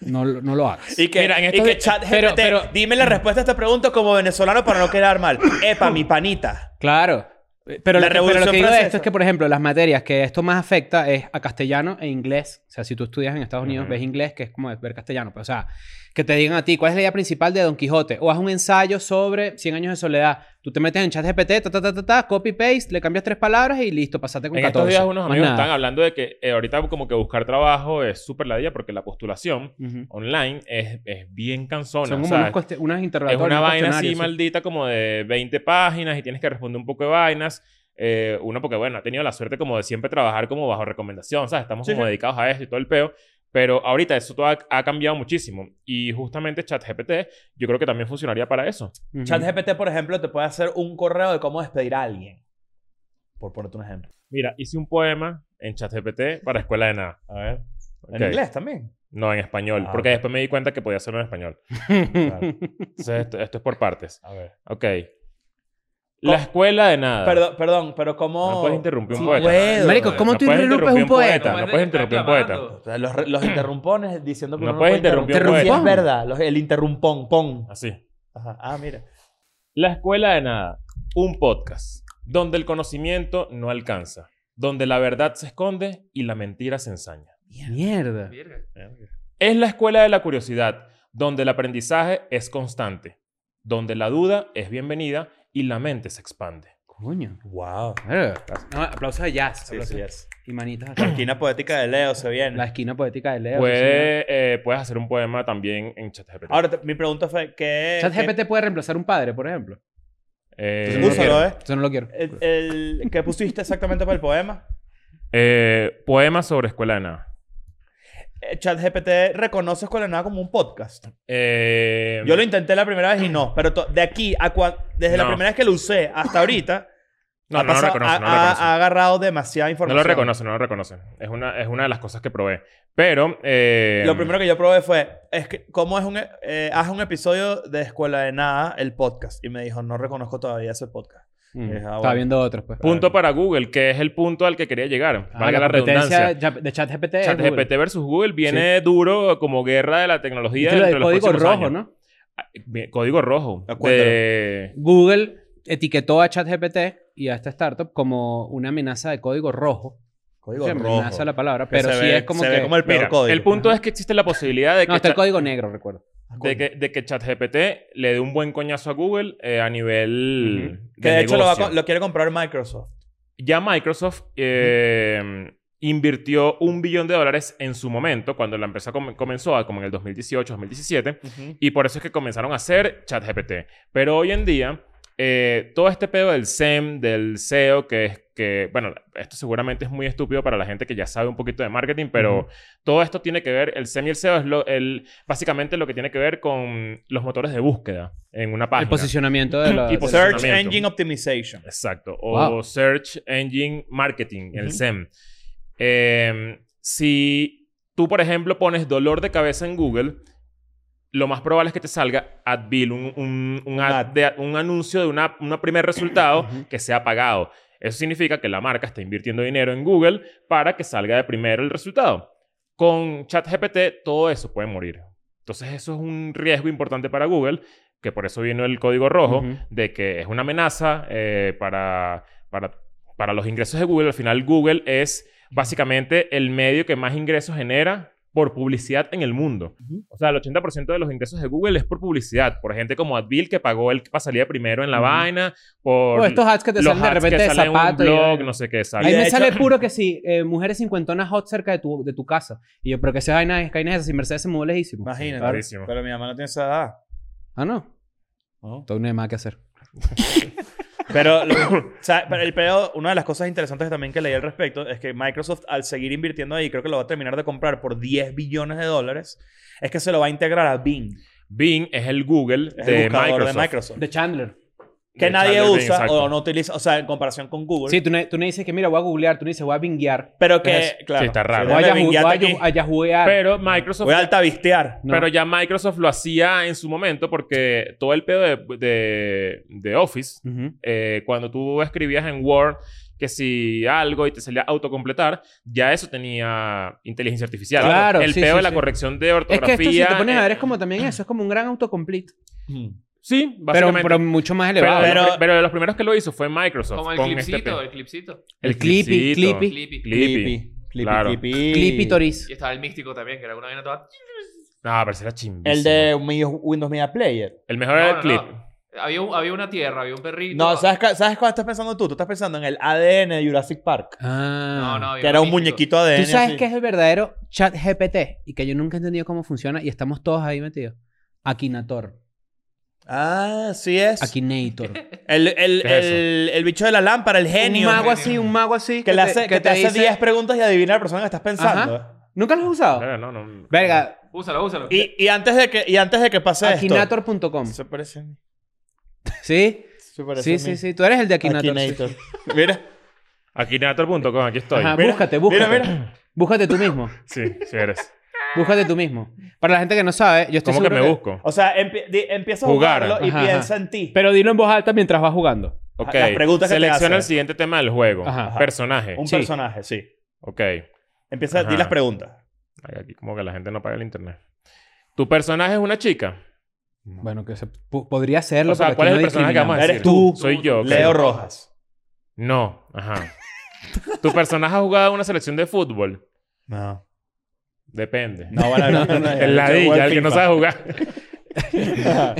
C: no, lo- no lo hagas.
B: Y que,
A: Mira, en
B: y
A: estos
B: que
A: de-
B: ChatGPT,
C: pero- pero-
B: dime la respuesta a esta pregunta como venezolano para no quedar mal. Epa, mi panita.
C: Claro. Eh, Pero,
B: La
C: lo que, pero lo
B: Revolución
C: que digo de esto
B: Francesa.
C: es que, por ejemplo, las materias que esto más afecta es a castellano e inglés. O sea, si tú estudias en Estados Unidos,
A: Ujú.
C: ves inglés, que es como ver castellano. Pues, o sea, que te digan a ti, ¿cuál es la idea principal de Don Quijote? O haz un ensayo sobre 100 años de soledad. Tú te metes en chat GPT, ta, ta, ta, ta, ta, copy-paste, le cambias tres palabras y listo, pasaste con
A: En
C: 14.
A: estos días unos
C: Más
A: amigos
C: nada.
A: están hablando de que eh, ahorita como que buscar trabajo es súper ladilla porque la postulación
C: Ujú.
A: online es, es bien cansona.
C: Son
A: o
C: como
A: sea,
C: unos cueste- unas
A: es
C: interrogatorias.
A: una
C: unos
A: vaina así
C: cuestionarios, sí.
A: maldita como de 20 páginas y tienes que responder un poco de vainas. Eh, uno porque, bueno, ha tenido la suerte como de siempre trabajar como bajo recomendación, ¿sabes? Estamos
B: Sí,
A: como
B: sí.
A: dedicados a esto y todo el peo. Pero ahorita eso todo ha, ha cambiado muchísimo. Y justamente ChatGPT yo creo que también funcionaría para eso.
C: Ujú.
B: ChatGPT, por ejemplo, te puede hacer un correo de cómo despedir a alguien. Por ponerte un ejemplo.
A: Mira, hice un poema en ChatGPT para Escuela de Nada. A ver.
B: En
A: Ok.
B: inglés también.
A: No, en español.
B: Ah,
A: porque
B: ok.
A: después me di cuenta que podía hacerlo en español. Entonces, esto, esto es por partes.
B: A ver.
A: Ok. La Escuela de Nada.
B: Perdón, perdón, pero ¿cómo.?
A: No Ah. puedes interrumpir un
B: Sí
A: poeta.
B: puedo.
C: Marico, ¿cómo
A: No
C: tú
A: puedes
C: interrumpes
A: interrumpir
C: un poeta?
A: No puedes interrumpir un poeta.
B: O sea, Los, los interrumpones diciendo que
A: No
B: uno
A: puedes
B: puede
A: interrumpir
C: un
B: Sí, es
C: poeta.
B: verdad. los- el interrumpón, pon.
A: Así.
B: Ajá. Ah, mira.
A: La escuela de nada, un podcast donde el conocimiento no alcanza, donde la verdad se esconde y la mentira se ensaña.
C: Mierda.
A: Es la escuela de la curiosidad, donde el aprendizaje es constante, donde la duda es bienvenida y la mente se expande.
C: Coño.
B: Wow.
C: Mierda. No, aplausos de jazz. aplausos. Y manitas.
B: La
C: arriba.
B: esquina poética de Leo se viene.
C: La esquina poética de Leo. sí, señor.
A: Puede, eh, puedes hacer un poema también en ChatGPT.
B: Ahora, te- mi pregunta fue: ¿qué.
C: ChatGPT puede reemplazar un padre, por ejemplo.
A: Eh,
B: qué- Úsalo, ¿eh?
C: Eso no lo quiero.
B: El, el- ¿Qué pusiste exactamente para el poema?
A: eh, poema sobre escuela de nada.
B: Eh, ChatGPT reconoce Escuela de Nada como un podcast.
A: Eh,
B: Yo lo intenté la primera vez y no. Pero to- de aquí a cua- Desde la
A: No.
B: primera vez que lo usé hasta ahorita.
A: no,
B: ha,
A: no lo
B: pasado-
A: reconoce,
B: ha-
A: no lo reconoce.
B: ha- ha agarrado demasiada
A: No
B: información.
A: lo reconoce, no lo reconoce. Es una, es una de las cosas que probé. Pero. eh,
B: Lo primero que yo probé fue, es que, ¿cómo es un, eh, haz un episodio de Escuela de Nada, el podcast? Y me dijo, no reconozco todavía ese podcast.
C: Mm.
B: Ah,
C: Estaba
B: bueno.
C: viendo otros, pues.
A: eh, Punto para Google, que es el punto al que quería llegar.
C: Ah,
A: valga la,
C: competencia
A: redundancia.
C: ya- de ChatGPT. es
A: ChatGPT
C: Google.
A: versus Google viene duro como guerra pues, de la tecnología.
C: Viste lo
A: entre
C: del
A: los
C: código
A: próximos
C: rojo,
A: años.
C: ¿no?
A: Ah, bien, Código rojo.
B: Ah, cuéntalo.
A: De-
C: Google etiquetó a ChatGPT y a esta startup como una amenaza de código rojo.
B: Código
C: Sí, Amenaza la palabra,
B: Que
C: pero
B: se
C: sí
B: ve-
C: es como
B: se
C: que...
B: ve como el peor
A: Mira,
B: código.
A: el punto es que existe la posibilidad de que,
C: No, está el
A: Chat-
C: código negro, recuerdo.
A: de que, de que ChatGPT le dé un buen coñazo a Google eh, a nivel.
B: que de, hecho lo, va a
A: negocio.
B: co- lo quiere comprar Microsoft.
A: ya Microsoft eh, invirtió un billón de dólares en su momento, cuando la empresa com- comenzó, a- como en el 2018, 2017, y por eso es que comenzaron a hacer ChatGPT. Pero hoy en día, eh, todo este pedo E del SEM, del SEO, que es que, bueno, esto seguramente es muy estúpido para la gente que ya sabe un poquito de marketing, pero
D: Ujú.
A: todo esto tiene que ver, el SEM y el SEO es lo- el, básicamente lo que tiene que ver con los motores de búsqueda en una página.
C: El posicionamiento de la...
A: Y
C: de la-
A: posicionamiento.
B: Search Engine Optimization.
A: Exacto. O
C: Wow.
A: Search Engine Marketing, el
B: Ujú.
A: SEM. Eh, si tú, por ejemplo, pones dolor de cabeza en Google, lo más probable es que te salga Advil, un, un, un ad-
B: Ad.
A: de- un anuncio de una, un primer resultado que sea pagado. Eso significa que la marca está invirtiendo dinero en Google para que salga de primero el resultado. Con ChatGPT todo eso puede morir. Entonces eso es un riesgo importante para Google, que por eso vino el código rojo,
D: Ujú.
A: de que es una amenaza eh, para, para, para los ingresos de Google. Al final Google es básicamente el medio que más ingresos genera por publicidad en el mundo. O sea, el 80% de los ingresos de Google es por publicidad, por gente como Advil que pagó el que pasaría primero en la
D: Ujú.
A: vaina, por
C: O estos ads que te
A: los
C: salen de
A: ads
C: repente
A: que
C: de
A: salen en un
C: zapatos.
A: blog, no sé qué, sale.
B: Y
C: Ahí
B: de
C: me
B: hecho-
C: sale puro que sí, eh, mujeres cincuentonas hot cerca de tu, de tu casa. Y yo, pero que esa vaina es vaina es esa, si Mercedes se mudó lejísimo.
B: Imagínate.
A: Clarísimo.
B: Pero mi mamá no tiene esa edad.
C: Ah, no. Todo no hay más que hacer.
B: Pero, lo- o sea, pero el pedo, una de las cosas interesantes también que leí al respecto es que Microsoft, al seguir invirtiendo ahí, creo que lo va a terminar de comprar por 10 billones de dólares, es que se lo va a integrar a Bing,
A: Bing es el Google
B: es
A: de,
B: el buscador
A: Microsoft,
B: de Microsoft.
C: De Chandler.
B: que
A: De
B: nadie
A: Chandler Bing,
B: usa
A: exacto.
B: o no utiliza, o sea, en comparación con Google.
C: Sí, tú no, tú no dices que mira, voy a googlear, tú no dices voy a binguear.
B: pero que,
C: es-
B: claro.
A: Sí, está raro.
B: si
C: Voy a
B: déjame
C: Yahoo- voy
B: bingearte
C: a
B: aquí,
C: Yahoo- a yahooear.
A: Pero Microsoft
B: voy a altavistear.
C: No.
A: Pero ya Microsoft lo hacía en su momento porque todo el pedo de, de- de Office,
C: Ujú.
A: eh, cuando tú escribías en Word que si algo y te salía autocompletar, ya eso tenía inteligencia artificial.
C: Claro,
A: El
C: sí,
A: pedo
C: sí,
A: de la
C: sí.
A: corrección de
C: Es que
A: ortografía.
C: esto, si te pones a
A: eh,
C: ver, es como también eso, es como un gran autocomplete.
A: Sí,
C: Pero,
A: básicamente.
C: pero mucho más
A: Pero
C: elevado.
A: de los
B: Pero-
A: pri- pero de los primeros que lo hizo fue Microsoft.
D: Como el
A: con este
D: clipcito,
A: pedo.
D: el clipcito.
A: El,
C: El clippy,
A: clipcito.
C: clippy.
D: Clippy.
A: Clippy.
B: Clippy,
A: claro.
B: clippy.
C: Clipitoris.
D: Y estaba el místico también, que era una vaina toda.
A: No, pero ese era chimbísimo.
B: El de Windows Media Player.
A: El mejor
D: No,
A: era el
D: no,
A: clip.
D: no. Había, un- había una tierra, había un perrito.
B: No, ¿sabes, cu- ¿sabes cuál estás pensando tú? Tú estás pensando en el ADN de Jurassic Park.
C: Ah.
D: No, no, había
B: Que era un muñequito ADN.
C: ¿Tú sabes
B: así.
C: qué es el verdadero chat GPT? Y que yo nunca he entendido cómo funciona y estamos todos ahí metidos. Akinator.
B: Ah, sí es.
C: Akinator.
B: El, el,
A: ¿Qué es
B: el, el bicho de la lámpara, el
C: un
B: genio.
C: mago
D: genio.
C: así, un mago así.
B: que, le hace, que te, hace
C: dice-
B: 10 preguntas y adivina la persona que estás pensando.
C: ¿Nunca lo has usado?
A: Claro, Eh, no, no.
C: Verga,
D: Úsalo, úsalo.
B: Y, y, antes de que, y antes de que pase
C: akinator.com.
B: esto. Se parece a mí.
C: ¿Sí?
B: Se parece a
C: Sí,
B: mí.
C: sí, sí. Tú eres el de Akinator. sí.
B: Akinator. Mira.
A: Akinator.com, aquí estoy.
C: Ajá,
B: Mira,
C: búscate, búscate.
B: mira, mira.
C: Búscate tú mismo.
A: Sí, sí eres.
C: Búscate tú mismo. Para la gente que no sabe, yo estoy
A: ¿Cómo que
C: seguro
A: me busco?
B: O sea, empie- di- empieza a
A: Jugar.
B: jugarlo y
C: Ajá,
B: piensa
C: ajá.
B: en ti.
C: Pero dilo en voz alta mientras vas jugando.
A: Ok.
B: las preguntas que te
A: Selecciona
B: hacen.
A: el siguiente tema del juego.
C: Ajá.
A: Personaje.
B: un
C: sí.
B: personaje, sí.
A: Ok. Ay,
B: Empieza, di
A: Ajá.
B: las preguntas.
A: Aquí como que la gente no paga el internet. ¿Tu personaje es una chica?
C: Bueno, que se, po- podría serlo.
A: O sea,
C: porque
A: ¿cuál es
C: aquí
A: el
C: no
A: personaje que vamos a
C: discriminamos.
A: decir?
B: Eres tú.
A: Soy yo. ok.
B: Leo Rojas.
A: No. Ajá. ¿Tu personaje ha jugado una selección de fútbol?
B: No.
A: Depende.
B: No, bueno, no, no, no.
A: El ladilla, el que no
B: FIFA.
A: sabe jugar.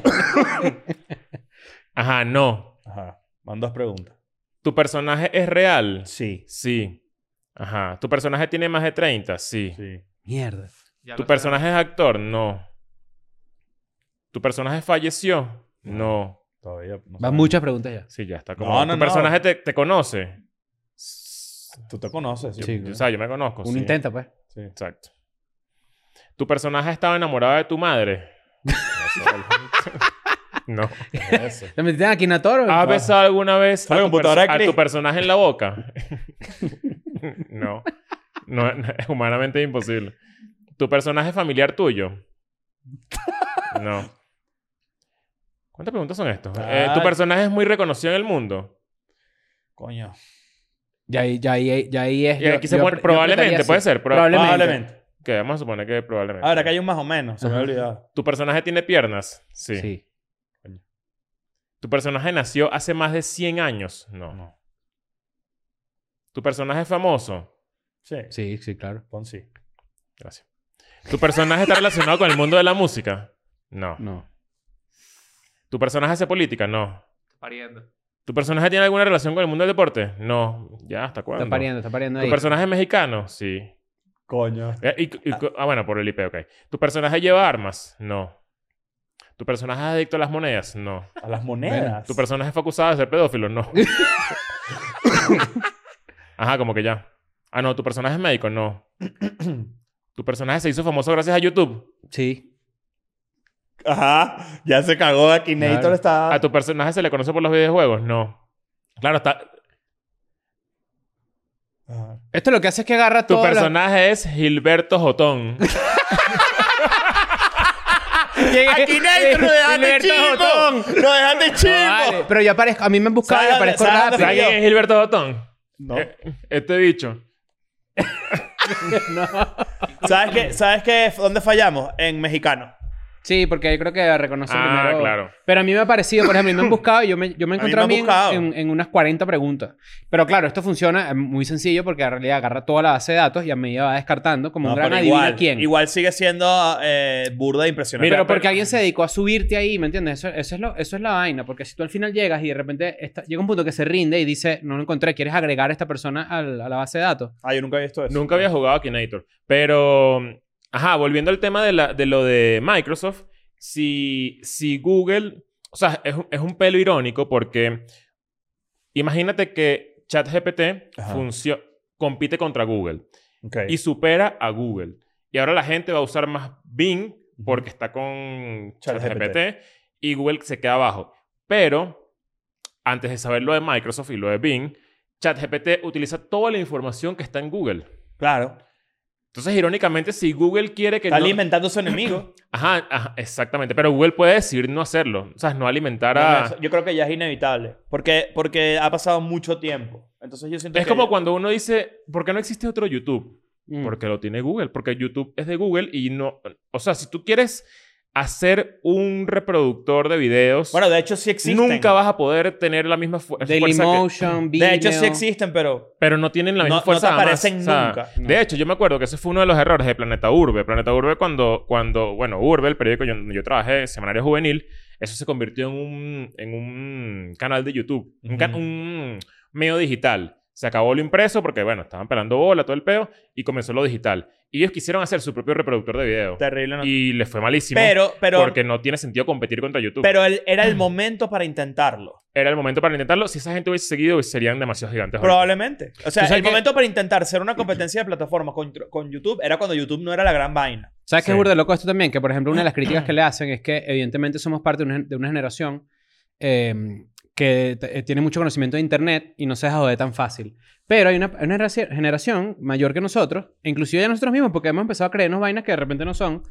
A: Ajá, no.
B: Ajá. Van dos preguntas.
A: ¿Tu personaje es real?
B: Sí.
A: Sí. Ajá. ¿Tu personaje tiene más de 30? Sí.
B: Sí.
C: Mierda.
D: Ya
A: ¿Tu
D: lo sabes.
A: personaje es actor? No. ¿Tu personaje falleció? No.
B: Todavía no
C: Van
B: sabemos.
C: muchas preguntas ya.
A: Sí, ya está como.
B: No, no,
A: ¿Tu
B: no.
A: personaje te, te conoce?
B: Tú te conoces.
C: Sí.
B: Sí.
A: Yo- o sea, yo me conozco.
C: Uno
A: sí.
C: intenta, pues.
B: sí.
A: Exacto. ¿Tu personaje estaba enamorado de tu madre? no.
B: Eso.
C: ¿Te metiste en Akinator? o-
A: ¿Has besado alguna vez a
B: Sale
A: tu,
B: computadora,
A: perso- a
B: Chris.
A: tu personaje en la boca? no. No, no, Es humanamente imposible. ¿Tu personaje es familiar tuyo? No. ¿Cuántas preguntas son estas? Eh, ¿Tu
B: Ay.
A: personaje es muy reconocido en el mundo?
B: Coño.
C: Ya ahí, ya ahí, ya ahí es.
A: Y
C: yo-
A: aquí se
C: yo
A: pone-
C: apre- yo apretaría
A: probablemente,
C: así.
A: puede ser. proba-
C: Probablemente.
B: Probablemente.
A: Que vamos a suponer que probablemente.
B: Ahora que hay un más o menos. Se me ha
C: Ajá.
B: olvidado.
A: ¿Tu personaje tiene piernas? Sí.
C: Sí.
A: ¿Tu personaje nació hace más de 100 años? No.
B: No.
A: ¿Tu personaje es famoso?
B: Sí.
C: Sí, sí, claro.
B: Pon sí.
A: Gracias. ¿Tu personaje está relacionado con el mundo de la música? No.
C: No.
A: ¿Tu personaje hace política? No.
D: Pariendo.
A: ¿Tu personaje tiene alguna relación con el mundo del deporte? No. Ya, ¿hasta cuándo?
C: Está pariendo, está pariendo
A: ¿Tu
C: ahí.
A: personaje es mexicano? Sí.
B: Coño.
A: Eh, y- y- ah, bueno, por el IP, ok. ¿Tu personaje lleva armas? No. ¿Tu personaje es adicto a las monedas? No.
B: A las monedas.
A: ¿Tu personaje fue acusado de ser pedófilo? No. Ajá, como que ya. Ah, no, tu personaje es médico, no. tu personaje se hizo famoso gracias a YouTube.
C: Sí.
B: Ajá, ya se cagó aquí. Nator
C: Claro.
B: está.
A: A tu personaje se le conoce por los videojuegos, no. Claro, está.
B: Ajá.
C: Esto lo que hace es que agarra
A: Tu
C: todo.
A: personaje es Gilberto Jotón.
B: Akinator, lo dejaste chivo. Lo dejaste
C: Vale,
B: chivo.
C: pero yo aparezco, a mí me han buscado y
B: Sácale,
C: aparezco
B: sácale,
C: rápido.
A: ¿Sabes quién es Gilberto Jotón?
B: No.
A: Eh, Este bicho.
B: ¿Sabes qué? ¿Sabes qué? ¿Dónde fallamos? En mexicano.
C: Sí, porque yo creo que reconoce
A: Ah,
C: primero.
A: claro.
C: Pero a mí me ha parecido, por ejemplo, a mí me han buscado y yo me, yo me he
B: A mí me
C: encontrado a
B: han
C: mí en-
B: buscado.
C: en, en unas 40 preguntas. Pero claro, esto funciona eh, muy sencillo porque en realidad agarra toda la base de datos y a medida va descartando como
B: No,
C: un gran
B: pero
C: adivina
B: igual,
C: quién.
B: Igual sigue siendo eh, burda e impresionante.
A: Mira,
C: pero porque
A: pero-
C: alguien se dedicó a subirte ahí, ¿me entiendes? Eso, eso es lo, eso es la vaina, porque si tú al final llegas y de repente está- llega un punto que se rinde y dice, no lo encontré, ¿quieres agregar a esta persona al- a la base de datos?
B: ah, yo nunca había visto eso.
A: Nunca había jugado a Akinator. Pero, ajá, volviendo al tema de, la, de lo de Microsoft, si, si Google, o sea, es, un- es un pelo irónico porque imagínate que ChatGPT
B: Ajá.
A: funcio- compite contra Google
B: Ok.
A: y supera a Google. Y ahora la gente va a usar más Bing porque está con
B: ChatGPT.
A: ChatGPT y Google se queda abajo. Pero antes de saber lo de Microsoft y lo de Bing, ChatGPT utiliza toda la información que está en Google.
B: Claro.
A: Entonces, irónicamente, si Google quiere que
B: Está
A: no...
B: alimentando a su enemigo.
A: Ajá, ajá, exactamente. Pero Google puede decidir no hacerlo. O sea, no alimentar
B: No,
A: a...
B: no, eso- yo creo que ya es inevitable. Porque, porque ha pasado mucho tiempo. Entonces yo siento
A: es
B: que-
A: como cuando uno dice, ¿por qué no existe otro YouTube?
C: Mm.
A: Porque lo tiene Google. Porque YouTube es de Google y no... O sea, si tú quieres hacer un reproductor de videos,
B: Bueno, de hecho sí existen.
A: nunca vas a poder tener la misma fu- fuerza que-
C: Dailymotion,
B: De hecho
C: Vimeo.
B: sí existen, pero...
A: Pero no tienen la
B: No-
A: misma
B: no te
A: fuerza. jamás.
B: aparecen
A: O sea,
B: nunca.
A: De hecho, yo me acuerdo que ese fue uno de los errores de Planeta Urbe. Planeta Urbe cuando, cuando bueno, Urbe, el periódico yo- donde yo, trabajé, Semanario Juvenil, eso se convirtió en un, en un canal de YouTube, un, can-
B: Ujú.
A: un medio digital. Se acabó lo impreso porque, bueno, estaban pelando bola, todo el peo, y comenzó lo digital. Y ellos quisieron hacer su propio reproductor de video.
B: Terrible. ¿no?
A: Y les fue malísimo.
B: pero, pero,
A: porque no tiene sentido competir contra YouTube.
B: pero el- era el momento para intentarlo.
A: Era el momento para intentarlo. Si esa gente hubiese seguido, serían demasiados gigantes. ahorita.
B: Probablemente. O sea,
C: Tú sabes
B: el
C: que-
B: momento para intentar ser una competencia de plataformas con, con YouTube era cuando YouTube no era la gran vaina.
C: ¿Sabes qué
A: Sí.
C: es burda de loco esto también? Que, por ejemplo, una de las críticas que le hacen es que, evidentemente, somos parte de una, de una generación eh, que t- eh, tiene mucho conocimiento de Internet y no se deja joder tan fácil. Pero hay una, hay una raci- generación mayor que nosotros, e inclusive ya nosotros mismos, porque hemos empezado a creernos vainas que de repente no son,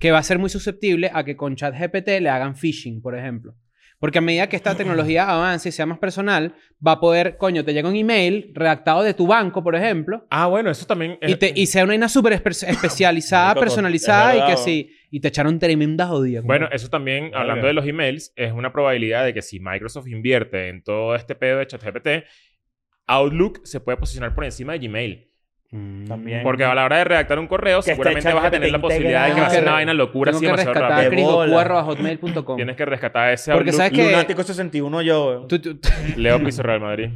C: que va a ser muy susceptible a que con ChatGPT le hagan phishing, por ejemplo. Porque a medida que esta tecnología avance y sea más personal, va a poder, coño, te llega un email redactado de tu banco, por ejemplo,
A: Ah, bueno, eso también...
C: y,
A: eh,
C: te, y sea una vaina súper espe- especializada,
B: Marico, con-
C: personalizada
B: es
C: y
B: verdad,
C: que
B: ¿no?
C: sí. Y te echaron tremenda jodida. compadre.
A: Bueno, eso también,
B: Verga.
A: hablando de los emails, es una probabilidad de que si Microsoft invierte en todo este pedo de ChatGPT, Outlook se puede posicionar por encima de Gmail.
C: Mm.
B: También.
A: Porque a la hora de redactar un correo,
B: Que esté
A: seguramente vas a
B: ChatGPT
A: tener la posibilidad de que va a ser una
C: integrado.
A: vaina locura
C: Tengo
A: así
C: que
A: demasiado
C: rescatar a
A: rápido.
B: rápido. De bola.
C: crisgocuarro.hotmail.com.
A: Tienes que rescatar ese
C: Porque
A: Outlook.
C: sabes que-
B: Lunático 61 yo. weón.
C: Tú, tú-
A: Leo Piso Real Madrid.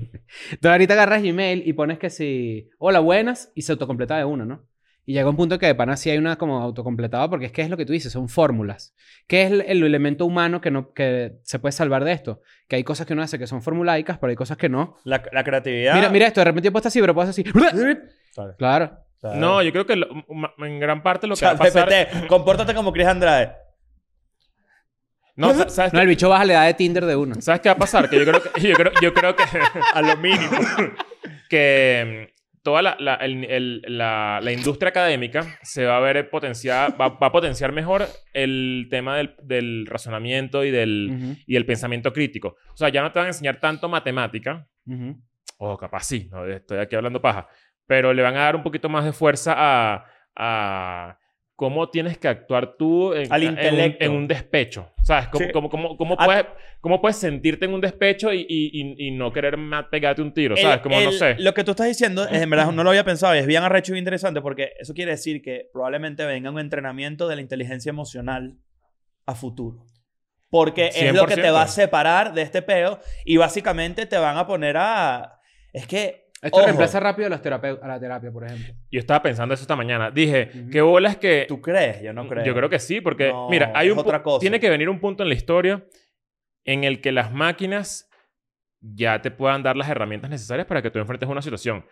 C: tú ahorita agarras Gmail y pones que si... Hola, buenas. Y se autocompleta de uno, ¿no? Y llega un punto que de pana sí hay una como autocompletada porque es que es lo que tú dices, son fórmulas. ¿Qué es el, el elemento humano que, no, que se puede salvar de esto? Que hay cosas que uno hace que son formulaicas, pero hay cosas que no.
B: La, la creatividad.
C: Mira, mira esto, de repente yo puedo hacer así, pero puedo hacer así.
B: Claro.
C: Claro.
A: No, yo creo que lo- ma- en gran parte lo que va a pasar...
B: ChatGPT, compórtate como Chris Andrade.
A: No, sa- ¿sabes,
C: No, el bicho baja la edad de Tinder de uno.
A: qué- ¿sabes qué va a pasar? Que yo creo que... Yo creo, yo creo que...
B: A lo mínimo.
A: que mm, toda la, la- el- el- la- la industria académica se va a ver potenciada, va, va a potenciar mejor el tema del, del razonamiento y del,
C: Ujú,
A: y el pensamiento crítico. O sea, ya no te van a enseñar tanto matemática,
C: ujú.
A: o capaz sí, no, estoy aquí hablando paja, pero le van a dar un poquito más de fuerza a, a cómo tienes que actuar tú en,
B: Al
A: en un-
B: intelecto.
A: en un, despecho. ¿Sabes? ¿Cómo,
B: Sí.
A: cómo, cómo, cómo
B: A-
A: puedes, cómo puedes sentirte en un despecho y, y- y- y no querer ma- pegarte un tiro? ¿Sabes?
B: El-
A: Como no
B: el-
A: sé.
B: Lo que tú estás diciendo, es, en verdad, no lo había pensado y es bien arrecho y interesante porque eso quiere decir que probablemente venga un entrenamiento de la inteligencia emocional a futuro. Porque es lo que te va
A: 100%.
B: a separar de este peo y básicamente te van a poner a. Es que.
C: Esto
B: ojo,
C: reemplaza rápido a, los terape- a la terapia, por ejemplo.
A: Yo estaba pensando eso esta mañana. Dije,
C: Ujú.
A: ¿qué bolas que...?
B: ¿Tú crees? Yo no creo.
A: Mm, Yo creo que sí, porque,
B: No,
A: mira, hay
B: es
A: un... pu-
B: otra cosa.
A: Tiene que venir un punto en la historia en el que las máquinas ya te puedan dar las herramientas necesarias para que tú enfrentes una situación.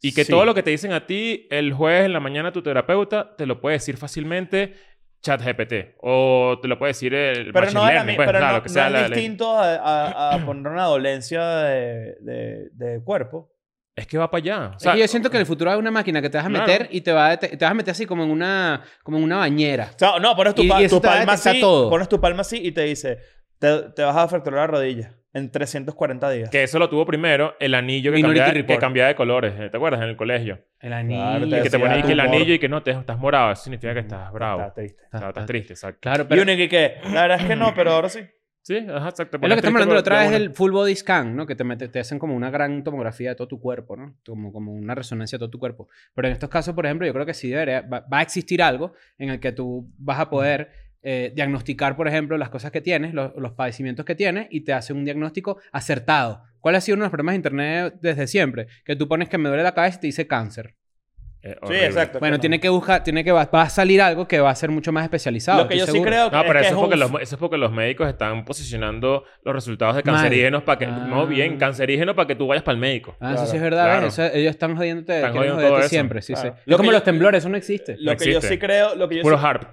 A: Y que
C: Sí.
A: todo lo que te dicen a ti el jueves en la mañana tu terapeuta te lo puede decir fácilmente ChatGPT o te lo puede decir el
B: Pero
A: machine
B: no, es la mi-
A: learning, pues,
B: pero
A: claro,
B: no-
A: que
B: no
A: sea
B: es
A: la- la-
B: distinto a, a- a poner una dolencia de, de- de cuerpo.
A: Es que va para allá. O
C: Es
A: sea,
C: que yo siento que en el futuro hay una máquina que te vas a
A: Claro.
C: meter y te, va a, dete- te vas a meter así como en una, como en una bañera.
B: O sea, no, pones tu,
C: Y-
B: pa-
C: y eso
B: tu
C: te va a
B: palma
C: detectar
B: así,
C: todo.
B: pones tu palma así y te dice, te, te vas a fracturar la rodilla en 340 días.
A: que eso lo tuvo primero el anillo que
C: Minority
A: cambiaba,
C: Report.
A: que cambiaba de colores. ¿eh? ¿Te acuerdas? En el colegio.
C: El
B: Claro,
A: Y que te
B: Decía
A: ponían que el
B: tumor.
A: anillo y que no, te, estás morado. Eso significa que estás bravo.
B: Está triste.
A: O sea, estás triste, exacto.
C: Claro,
B: y
C: pero
B: uno que, que, la verdad es que no, pero ahora sí.
A: Sí, ajá, exacto.
C: es lo que estamos hablando la otra vez
A: del...
C: del full body scan, ¿no? Que te, mete- te hacen como una gran tomografía de todo tu cuerpo, ¿no? Como, como una resonancia de todo tu cuerpo. Pero en estos casos, por ejemplo, yo creo que sí debería, va, va a existir algo en el que tú vas a poder eh, diagnosticar, por ejemplo, las cosas que tienes, los, los padecimientos que tienes y te hace un diagnóstico acertado. ¿Cuál ha sido uno de los problemas de Internet desde siempre? Que tú pones que me duele la cabeza y te dice cáncer.
A: eh,
B: Sí, exacto.
C: Bueno,
B: que no.
C: tiene que buscar, tiene que va, va a salir algo que va a ser mucho más especializado.
B: Lo que
C: estoy
B: yo sí
C: seguro.
B: creo que
A: No, pero
B: es
A: eso,
B: que es
A: es porque
B: un-
A: los, eso es porque los médicos están posicionando los resultados de
C: Mal.
A: cancerígenos para que...
C: Ah.
A: No, bien, cancerígeno para que tú vayas para el médico.
C: Ah, eso sí es
B: Claro,
C: verdad.
A: claro.
C: ¿ves? Eso- ellos están jodiéndote.
A: Están
C: quieren
A: jodiendo
C: joderte
A: todo eso.
C: siempre, sí,
B: Claro.
C: sí.
B: Lo
C: es como
B: que yo-
C: los temblores, eso no existe.
B: Lo
A: No
B: que yo
A: existe.
B: sí creo, lo que yo
A: Puro
B: sí-
A: harp.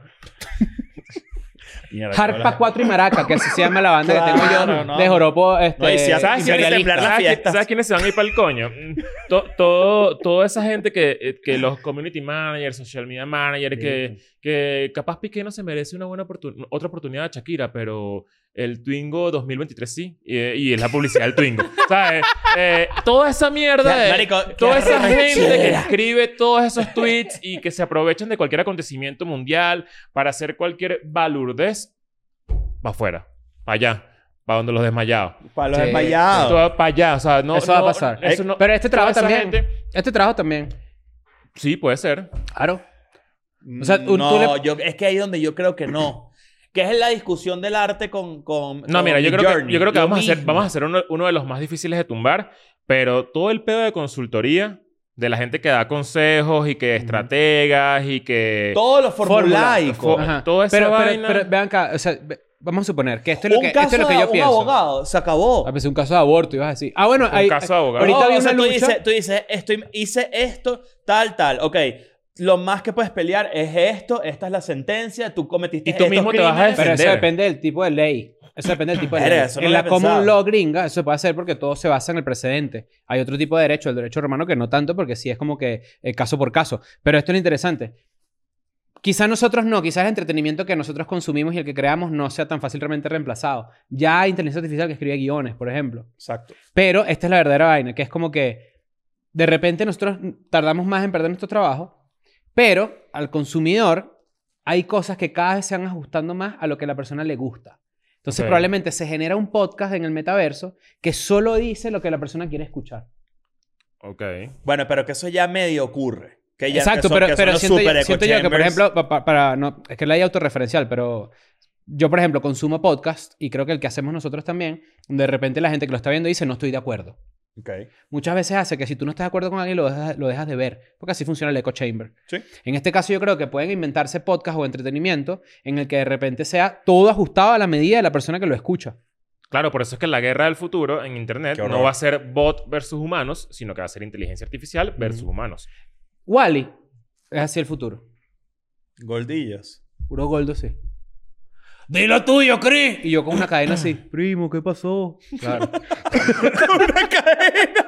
B: Mierda, que no
C: Harpa
B: la-
C: 4 y Maraca, que así se llama la banda que tengo yo
B: Claro, no.
C: de Joropo. Este,
B: No, y si haces-
A: quién es-
B: imperialista.
A: ¿sabes quién-
B: fiestas.
A: ¿Sabes quiénes se van a ir para el coño? Mm, To- todo, toda esa gente que, eh, que los community managers, social media managers, que, que capaz Piqué no se merece una buena oportun- otra oportunidad a Shakira, pero el Twingo 2023 sí. Y, eh, y es la publicidad del Twingo. ¿Sabes? Eh, toda esa mierda de...
B: Marico, qué
A: Toda esa
B: arrechera.
A: gente que escribe todos esos tweets y que se aprovechan de cualquier acontecimiento mundial para hacer cualquier balurdez, va afuera, para allá, para donde los desmayados.
B: Para los
C: Sí.
A: Esto
B: desmayados.
A: va para allá, o sea, no.
C: Eso va a
A: no-
C: pasar.
A: eso no-
C: Pero este
A: toda
C: trabajo
A: esa
C: también.
A: gente-
C: Este trabajo también.
A: sí, puede ser.
C: Claro. O sea, un- tú
B: no,
C: le-
B: yo, es que ahí donde yo creo que no. Que es la discusión del arte con... con
A: No,
B: con
A: mira, yo creo que,
B: Midjourney.
A: yo creo que
B: Lo
A: vamos, a hacer,
B: mismo.
A: vamos a hacer uno, uno de los más difíciles de tumbar, pero todo el pedo de consultoría, de la gente que da consejos y que estrategas y que.
B: Todo lo
C: Fórmula.
B: formulaico.
A: Fo- toda esa
C: pero,
A: vaina-
C: Pero, pero vean acá, o sea, ve- vamos a suponer que esto es lo
B: un
C: que, esto
B: caso
C: es lo que
B: de
C: yo
B: un
C: pienso.
B: abogado. Se acabó.
C: Ah, pensé un caso de aborto, ibas a decir. Ah, bueno,
A: Un
C: hay,
A: caso de abogado.
C: ahorita
B: No,
C: había
B: o sea,
C: una
B: tú
C: lucha.
B: dices, tú dices, estoy, hice esto, tal, tal. Ok, lo más que puedes pelear es esto, esta es la sentencia, tú cometiste
A: Y tú
B: estos
A: mismo te vas a
B: crímenes.
C: Pero eso
A: defender.
C: depende del tipo de ley. Eso depende del tipo de
B: Verga,
C: ley.
B: eso no
C: en
B: lo
C: la
B: había
C: common
B: pensado.
C: law gringa eso se puede hacer porque todo se basa en el precedente. Hay otro tipo de derecho, el derecho romano, que no tanto porque sí es como que eh, caso por caso. Pero esto es lo interesante. Quizás nosotros no, quizás el entretenimiento que nosotros consumimos y el que creamos no sea tan fácilmente reemplazado. Ya hay inteligencia artificial que escribe guiones, por ejemplo.
B: Exacto.
C: Pero esta es la verdadera vaina, que es como que de repente nosotros tardamos más en perder nuestro trabajo, pero al consumidor hay cosas que cada vez se van ajustando más a lo que a la persona le gusta. Entonces
A: Ok.
C: probablemente se genera un podcast en el metaverso que solo dice lo que la persona quiere escuchar.
A: Ok.
B: Bueno, pero que eso ya medio ocurre. Que ya,
C: Exacto,
B: que son-
C: pero,
B: que son
C: pero
B: los
C: siento, yo,
B: super
C: siento yo que, por
B: ecochambers.
C: ejemplo, pa- pa- para, no, es que la hay autorreferencial, pero yo, por ejemplo, consumo podcast y creo que el que hacemos nosotros también, de repente la gente que lo está viendo dice, no estoy de acuerdo.
B: Ok.
C: muchas veces hace que si tú no estás de acuerdo con alguien, lo dejas, lo dejas de ver, porque así funciona el echo chamber.
B: Sí.
C: En este caso yo creo que pueden inventarse podcast o entretenimiento en el que de repente sea todo ajustado a la medida de la persona que lo escucha.
A: Claro, por eso es que la guerra del futuro en Internet
B: Qué horror.
A: no va a ser bot versus humanos, sino que va a ser inteligencia artificial versus humanos.
C: Wally, es así el futuro.
B: Goldillos.
C: Puro goldo, sí. ¡Dilo tuyo, Chris! Y yo con una cadena así. Primo, ¿qué pasó? Claro,
B: Una cadena.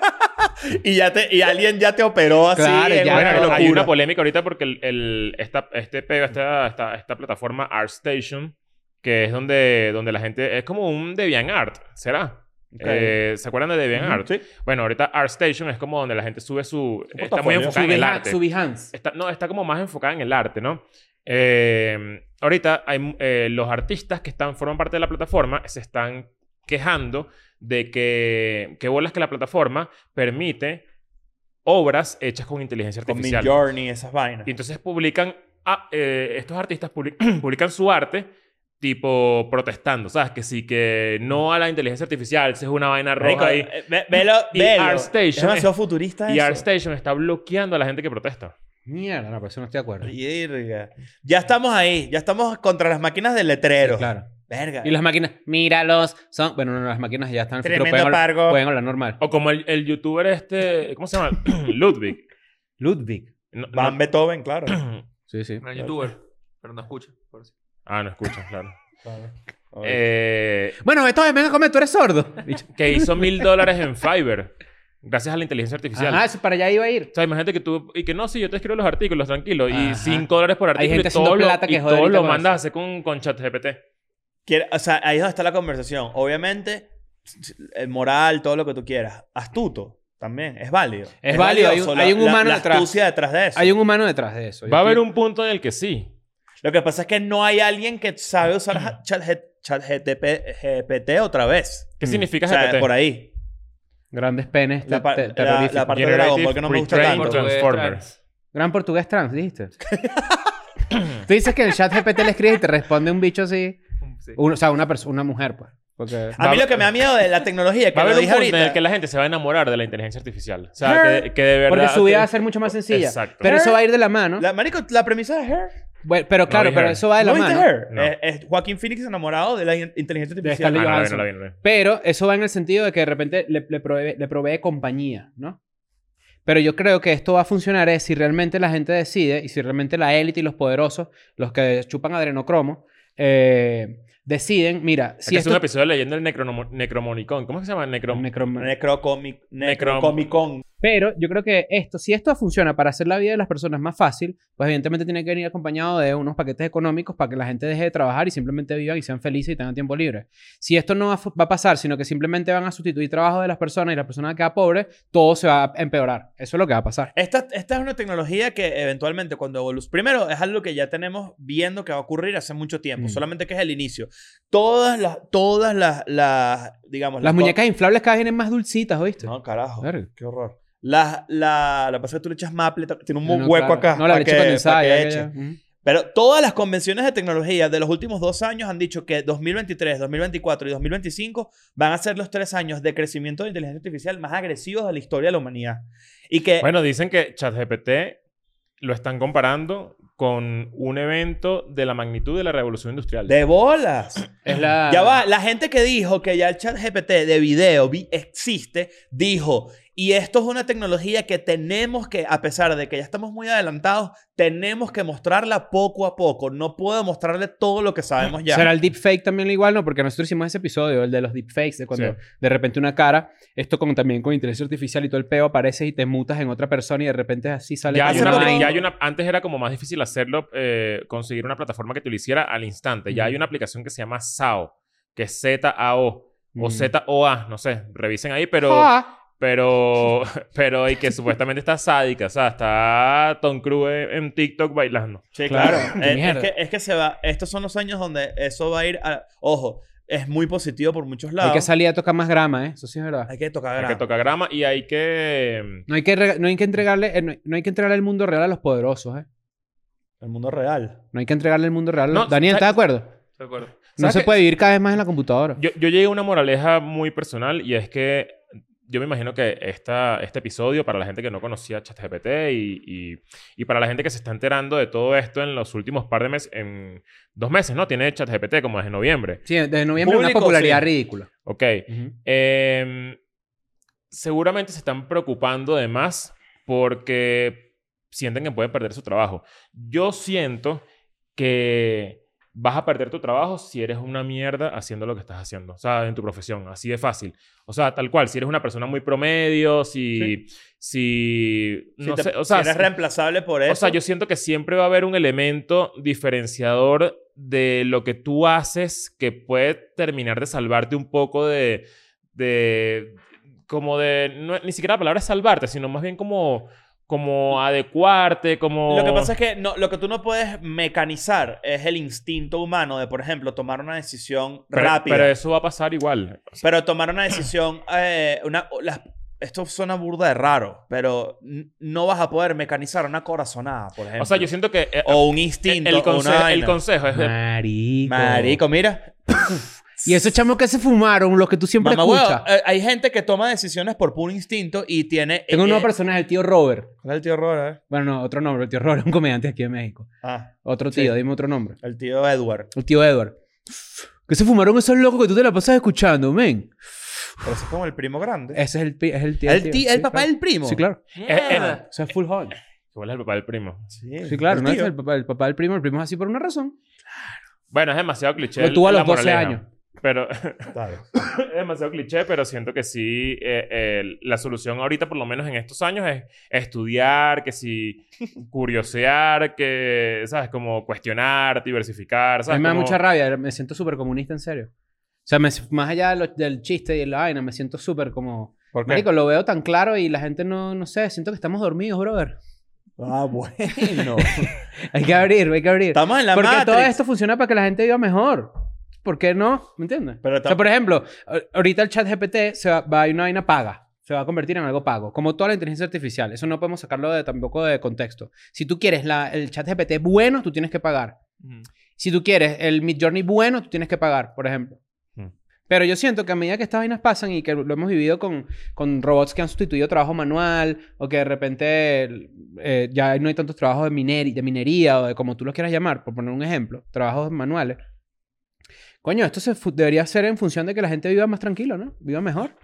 B: y, ya te, y alguien ya te operó así.
C: Claro,
B: en una
C: ya,
A: Bueno,
C: claro.
A: hay
B: locura.
A: una polémica ahorita porque el, el- esta, este peo, esta, esta, esta plataforma ArtStation, que es donde, donde la gente... Es como un DeviantArt, ¿será?
B: Ok.
A: Eh, ¿Se acuerdan de DeviantArt?
B: Sí.
A: Bueno, ahorita ArtStation es como donde la gente sube su...
B: Un
A: Está muy
B: portafolio.
A: enfocada en
C: su,
A: el
C: Behance-
A: arte.
C: su Behance.
A: Está, no, está como más enfocada en el arte, ¿no? Eh, ahorita hay, mu- eh, los artistas que están, forman parte de la plataforma se están quejando de que, que bolas que la plataforma permite obras hechas con inteligencia
B: Con
A: artificial.
B: Midjourney, esas vainas.
A: Y entonces publican, ah, eh, estos artistas public- publican su arte tipo protestando, ¿sabes? Que sí, que no a la inteligencia artificial, esa es una vaina roja
B: Marico,
A: ahí.
B: eh, ve- velo,
A: Y
B: velo.
A: ArtStation
B: es demasiado
A: es-
B: futurista
A: Y
B: eso.
A: ArtStation está bloqueando a la gente que protesta.
C: Mierda, no, por eso no estoy de acuerdo.
B: Verga. Ya estamos ahí. Ya estamos contra las máquinas del letrero.
C: Claro.
B: Verga.
C: Y las máquinas, míralos, son... Bueno, no, no, las máquinas ya están... en el futuro,
B: Tremendo
C: pueden hablar-
B: pargo.
C: Pueden hablar normal.
A: O como el, el youtuber este, ¿cómo se llama? Ludwig.
C: Ludwig.
A: No- no-
B: Van Beethoven, claro.
C: Sí, sí.
D: Era youtuber, pero no escucha. por eso.
A: Ah, no escuchas, claro.
B: Eh,
A: Eh,
C: Bueno, esto es, venga a comer, tú eres sordo. Bicho.
A: que hizo mil dólares en Fiverr gracias a la inteligencia artificial.
C: Ajá, eso para allá iba a ir.
A: O sea, imagínate que tú... Y que no, sí, yo te escribo los artículos, tranquilo.
C: Ajá.
A: Y 5 dólares por artículo.
C: gente
A: y todo
C: haciendo
A: lo,
C: plata que
A: y
C: joder
A: todo
C: ahorita
A: lo
C: con
A: mandas a
C: eso.
A: hacer con, con ChatGPT.
B: quiere- o sea, ahí es donde está la conversación. Obviamente, el moral, todo lo que tú quieras. Astuto también, es válido.
C: Es válido, hay un-
B: valioso
C: hay un humano
B: la
C: detrás.
B: astucia detrás de eso.
C: Hay un humano detrás de eso. Yo
A: Va a haber
C: estoy-
A: un punto en el que sí.
B: Lo que pasa es que no hay alguien que sabe usar ja- chat, G- chat GTP GPT otra vez.
A: ¿Qué
C: Mm.
A: significa
B: O sea,
A: GPT?
B: por ahí.
C: Grandes penes
B: La, par-
C: te-
B: la-
C: terroríficos.
B: la parte de Dragon Ball que no me gusta
A: Retrained
B: tanto.
D: Portugués
A: Transformers.
C: Gran portugués trans, dijiste. Tú dices que en el chat GPT le escribes y te responde un bicho así.
D: Sí.
C: Un- o sea, una, perso- una mujer, pues. Porque...
B: A mí lo que me da miedo de la tecnología,
A: Va
B: que
A: a
B: lo
A: haber un
B: dije
A: punto en el
B: ahorita.
A: que la gente se va a enamorar de la inteligencia artificial. O sea, que, que de verdad...
C: Porque su vida va a
A: que-
C: ser mucho más sencilla.
A: Exacto.
C: Pero eso va a ir de la mano.
B: La, marico, la premisa de Her.
C: Bueno, pero claro,
A: vi
C: pero
A: Her.
C: eso va Ah, de la
B: ¿No viste
C: mano.
B: Her?
A: No.
B: Es, es Joaquín Phoenix enamorado de la in- inteligencia
A: Ah,
B: artificial.
A: no, no la
C: Scarlett
A: vi,
C: Johansson.
A: no la vi, no la vi.
C: Pero eso va en el sentido de que de repente le, le provee, le provee compañía, ¿no? Pero yo creo que esto va a funcionar es si realmente la gente decide y si realmente la élite y los poderosos, los que chupan adrenocromo, eh, deciden, mira,
A: Si
C: si
A: este es un
C: esto...
A: episodio leyendo el necronomo- Necromonicon. ¿Cómo es que se llama? Necro...
C: Necrom-
B: Necrocomic,
A: Necrom-
B: Necrocomicon.
C: Pero yo creo que esto, si esto funciona para hacer la vida de las personas más fácil, pues evidentemente tiene que venir acompañado de unos paquetes económicos para que la gente deje de trabajar y simplemente vivan y sean felices y tengan tiempo libre. Si esto no va a fu- va a pasar, sino que simplemente van a sustituir trabajo de las personas y las personas quedan pobres, todo se va a empeorar. Eso es lo que va a pasar.
B: Esta, esta es una tecnología que eventualmente cuando evolucione... Primero, es algo que ya tenemos viendo que va a ocurrir hace mucho tiempo.
C: Mm.
B: Solamente que es el inicio. Todas las... Todas las... las digamos...
C: Las
B: co-
C: muñecas inflables cada vez vienen más dulcitas, ¿oíste?
B: No, carajo.
C: Verga.
B: Qué horror. La, la, la pasa es que tú le echas maple, ta- tiene un
C: No, no,
B: hueco
C: claro.
B: acá.
C: No, la
B: pa'
C: leche
B: que-
C: condensada.
B: pa' que
C: ya, ya,
B: eche.
C: ya. Ujú.
B: Pero todas las convenciones de tecnología de los últimos dos años han dicho que 2023, 2024 y 2025 van a ser los tres años de crecimiento de inteligencia artificial más agresivos de la historia de la humanidad. Y que
A: Bueno, dicen que ChatGPT lo están comparando con un evento de la magnitud de la revolución industrial.
B: de bolas.
C: Es la...
B: Ya va, la gente que dijo que ya el chat GPT de video vi- existe, dijo, y esto es una tecnología que tenemos que, a pesar de que ya estamos muy adelantados, tenemos que mostrarla poco a poco. No puedo mostrarle todo lo que sabemos ya.
C: ¿Será el deepfake también lo igual? No, porque nosotros hicimos ese episodio, el de los deepfakes, de cuando
A: Sí.
C: de repente una cara, esto con, también con inteligencia artificial y todo el peo, apareces y te mutas en otra persona y de repente así sale
A: Ya hay,
B: Hace
A: una,
B: poco-
A: apli- ya hay una- antes era como más difícil hacerlo, eh, conseguir una plataforma que te lo hiciera al instante. Ya
C: Ujú.
A: hay una aplicación que se llama SAO, que es Z-A-O o
C: Mm.
A: Z-O-A, no sé, revisen ahí, pero,
C: Ah,
A: pero, pero, y que supuestamente está sádica, o sea, está Tom Cruise en TikTok bailando.
B: Sí,
C: Claro.
B: claro.
C: Qué
B: Eh, es,
C: mierda.
B: que, es que se va. Estos son los años donde eso va a ir a. Ojo, es muy positivo por muchos lados.
C: Hay que salir a tocar más grama, ¿eh? Eso sí es verdad.
B: Hay que tocar
A: Hay
B: grama.
A: que tocar grama y hay que...
C: No hay que, rega- no hay que entregarle eh, no, no hay que entregarle el mundo real a los poderosos, ¿eh?
B: El mundo real.
C: No hay que entregarle el mundo real a los...
A: No,
C: Daniel, ¿estás de
A: ¿sabes-
C: acuerdo?
D: De acuerdo.
C: No
A: ¿Sabes
C: se
A: qué?
C: puede vivir cada vez más en la computadora.
A: mm, Yo, yo llegué a una moraleja muy personal y es que yo me imagino que esta, este episodio, para la gente que no conocía ChatGPT y, y, y para la gente que se está enterando de todo esto en los últimos par de meses, en dos meses, ¿no? Tiene ChatGPT como desde noviembre.
C: Sí, desde noviembre una
B: Público,
C: popularidad
B: sí.
C: ridícula.
A: Ok. Em, seguramente se están preocupando de más porque sienten que pueden perder su trabajo. Yo siento que vas a perder tu trabajo si eres una mierda haciendo lo que estás haciendo, o sea, en tu profesión, así de fácil. O sea, tal cual, si eres una persona muy promedio, si... Si...
B: Si
A: No
B: te-
A: sé, o sea,
B: si eres
A: si-
B: reemplazable por eso.
A: o sea, yo siento que siempre va a haber un elemento diferenciador de lo que tú haces que puede terminar de salvarte un poco de... de como de... no- ni siquiera la palabra es salvarte, sino más bien como... Como adecuarte, como...
B: Lo que pasa es que no, lo que tú no puedes mecanizar es el instinto humano de, por ejemplo, tomar una decisión
A: Pero-
B: rápida.
A: Pero
B: Pero,
A: eso va a pasar igual.
B: tomar una decisión. eh, una, las- esto suena burda de raro, pero n- no vas a poder mecanizar una corazonada, por ejemplo.
A: O sea, yo siento que... eh,
B: O un
A: el,
B: instinto.
A: el
B: o
A: conse-
B: una
A: el
B: vaina.
A: consejo es...
C: Marico.
B: Marico, mira,
C: Y esos chamos que se fumaron, los que tú siempre
B: Mamá,
C: escuchas.
B: huevo, eh, hay gente que toma decisiones por puro instinto y tiene.
C: Tengo
B: eh,
C: un nuevo
B: eh,
C: personaje, el tío Robert.
B: ¿Cuál es el tío Robert? eh?
C: Bueno, no, otro nombre. El tío Robert es un comediante aquí de México.
B: Ah,
C: Otro
B: Sí.
C: tío, dime otro nombre.
B: el tío Edward.
C: El tío Edward. Que se fumaron esos locos que tú te la pasas escuchando, men.
B: Pero ese es como el primo grande.
C: Ese es el, pi- es el tío.
B: el, ti- el
C: sí,
B: papá
C: claro.
B: del primo.
C: Sí, claro.
A: eh,
C: O sea, full hot.
A: Igual es el papá del primo.
B: Sí,
C: Sí, claro,
B: el
C: no es
B: tío.
C: el papá, el papá del primo, el primo es así por una razón.
A: Bueno, es demasiado cliché.
C: Lo tuvo Pues a
A: la
C: los 12
A: moraleja,
C: años.
A: Pero
B: Claro.
A: es demasiado cliché, pero siento que sí, eh, eh, la solución ahorita, por lo menos en estos años, es estudiar, que sí, curiosear, que, ¿sabes? Como cuestionar, diversificar,
C: a
A: ¿sabes?
C: mí me da
A: Como-
C: mucha rabia, me siento súper comunista, en serio. O sea, me- más allá de lo- del chiste y de la vaina, me siento súper como...
B: ¿Por qué?
C: Marico, lo veo tan claro y la gente no, no sé, siento que estamos dormidos, brother.
B: Ah, bueno.
C: Hay que abrir, hay que abrir.
B: Estamos en la
C: Porque
B: Matrix.
C: todo esto funciona para que la gente viva mejor. ¿Por qué no? ¿Me entiendes?
B: Pero
C: o sea,
B: tam-
C: por ejemplo, a- ahorita el chat GPT se va, va a una vaina paga. Se va a convertir en algo pago. Como toda la inteligencia artificial. Eso no podemos sacarlo de, tampoco de contexto. Si tú quieres la, el chat GPT bueno, tú tienes que pagar.
D: Ujú.
C: Si tú quieres el Midjourney bueno, tú tienes que pagar, por ejemplo.
A: Hmm.
C: Pero yo siento que a medida que estas vainas pasan y que lo hemos vivido con, con robots que han sustituido trabajo manual o que de repente eh, ya no hay tantos trabajos de, mineri- de minería o de como tú los quieras llamar, por poner un ejemplo, trabajos manuales. Coño, esto se fu- debería ser en función de que la gente viva más tranquilo, ¿no? Viva mejor.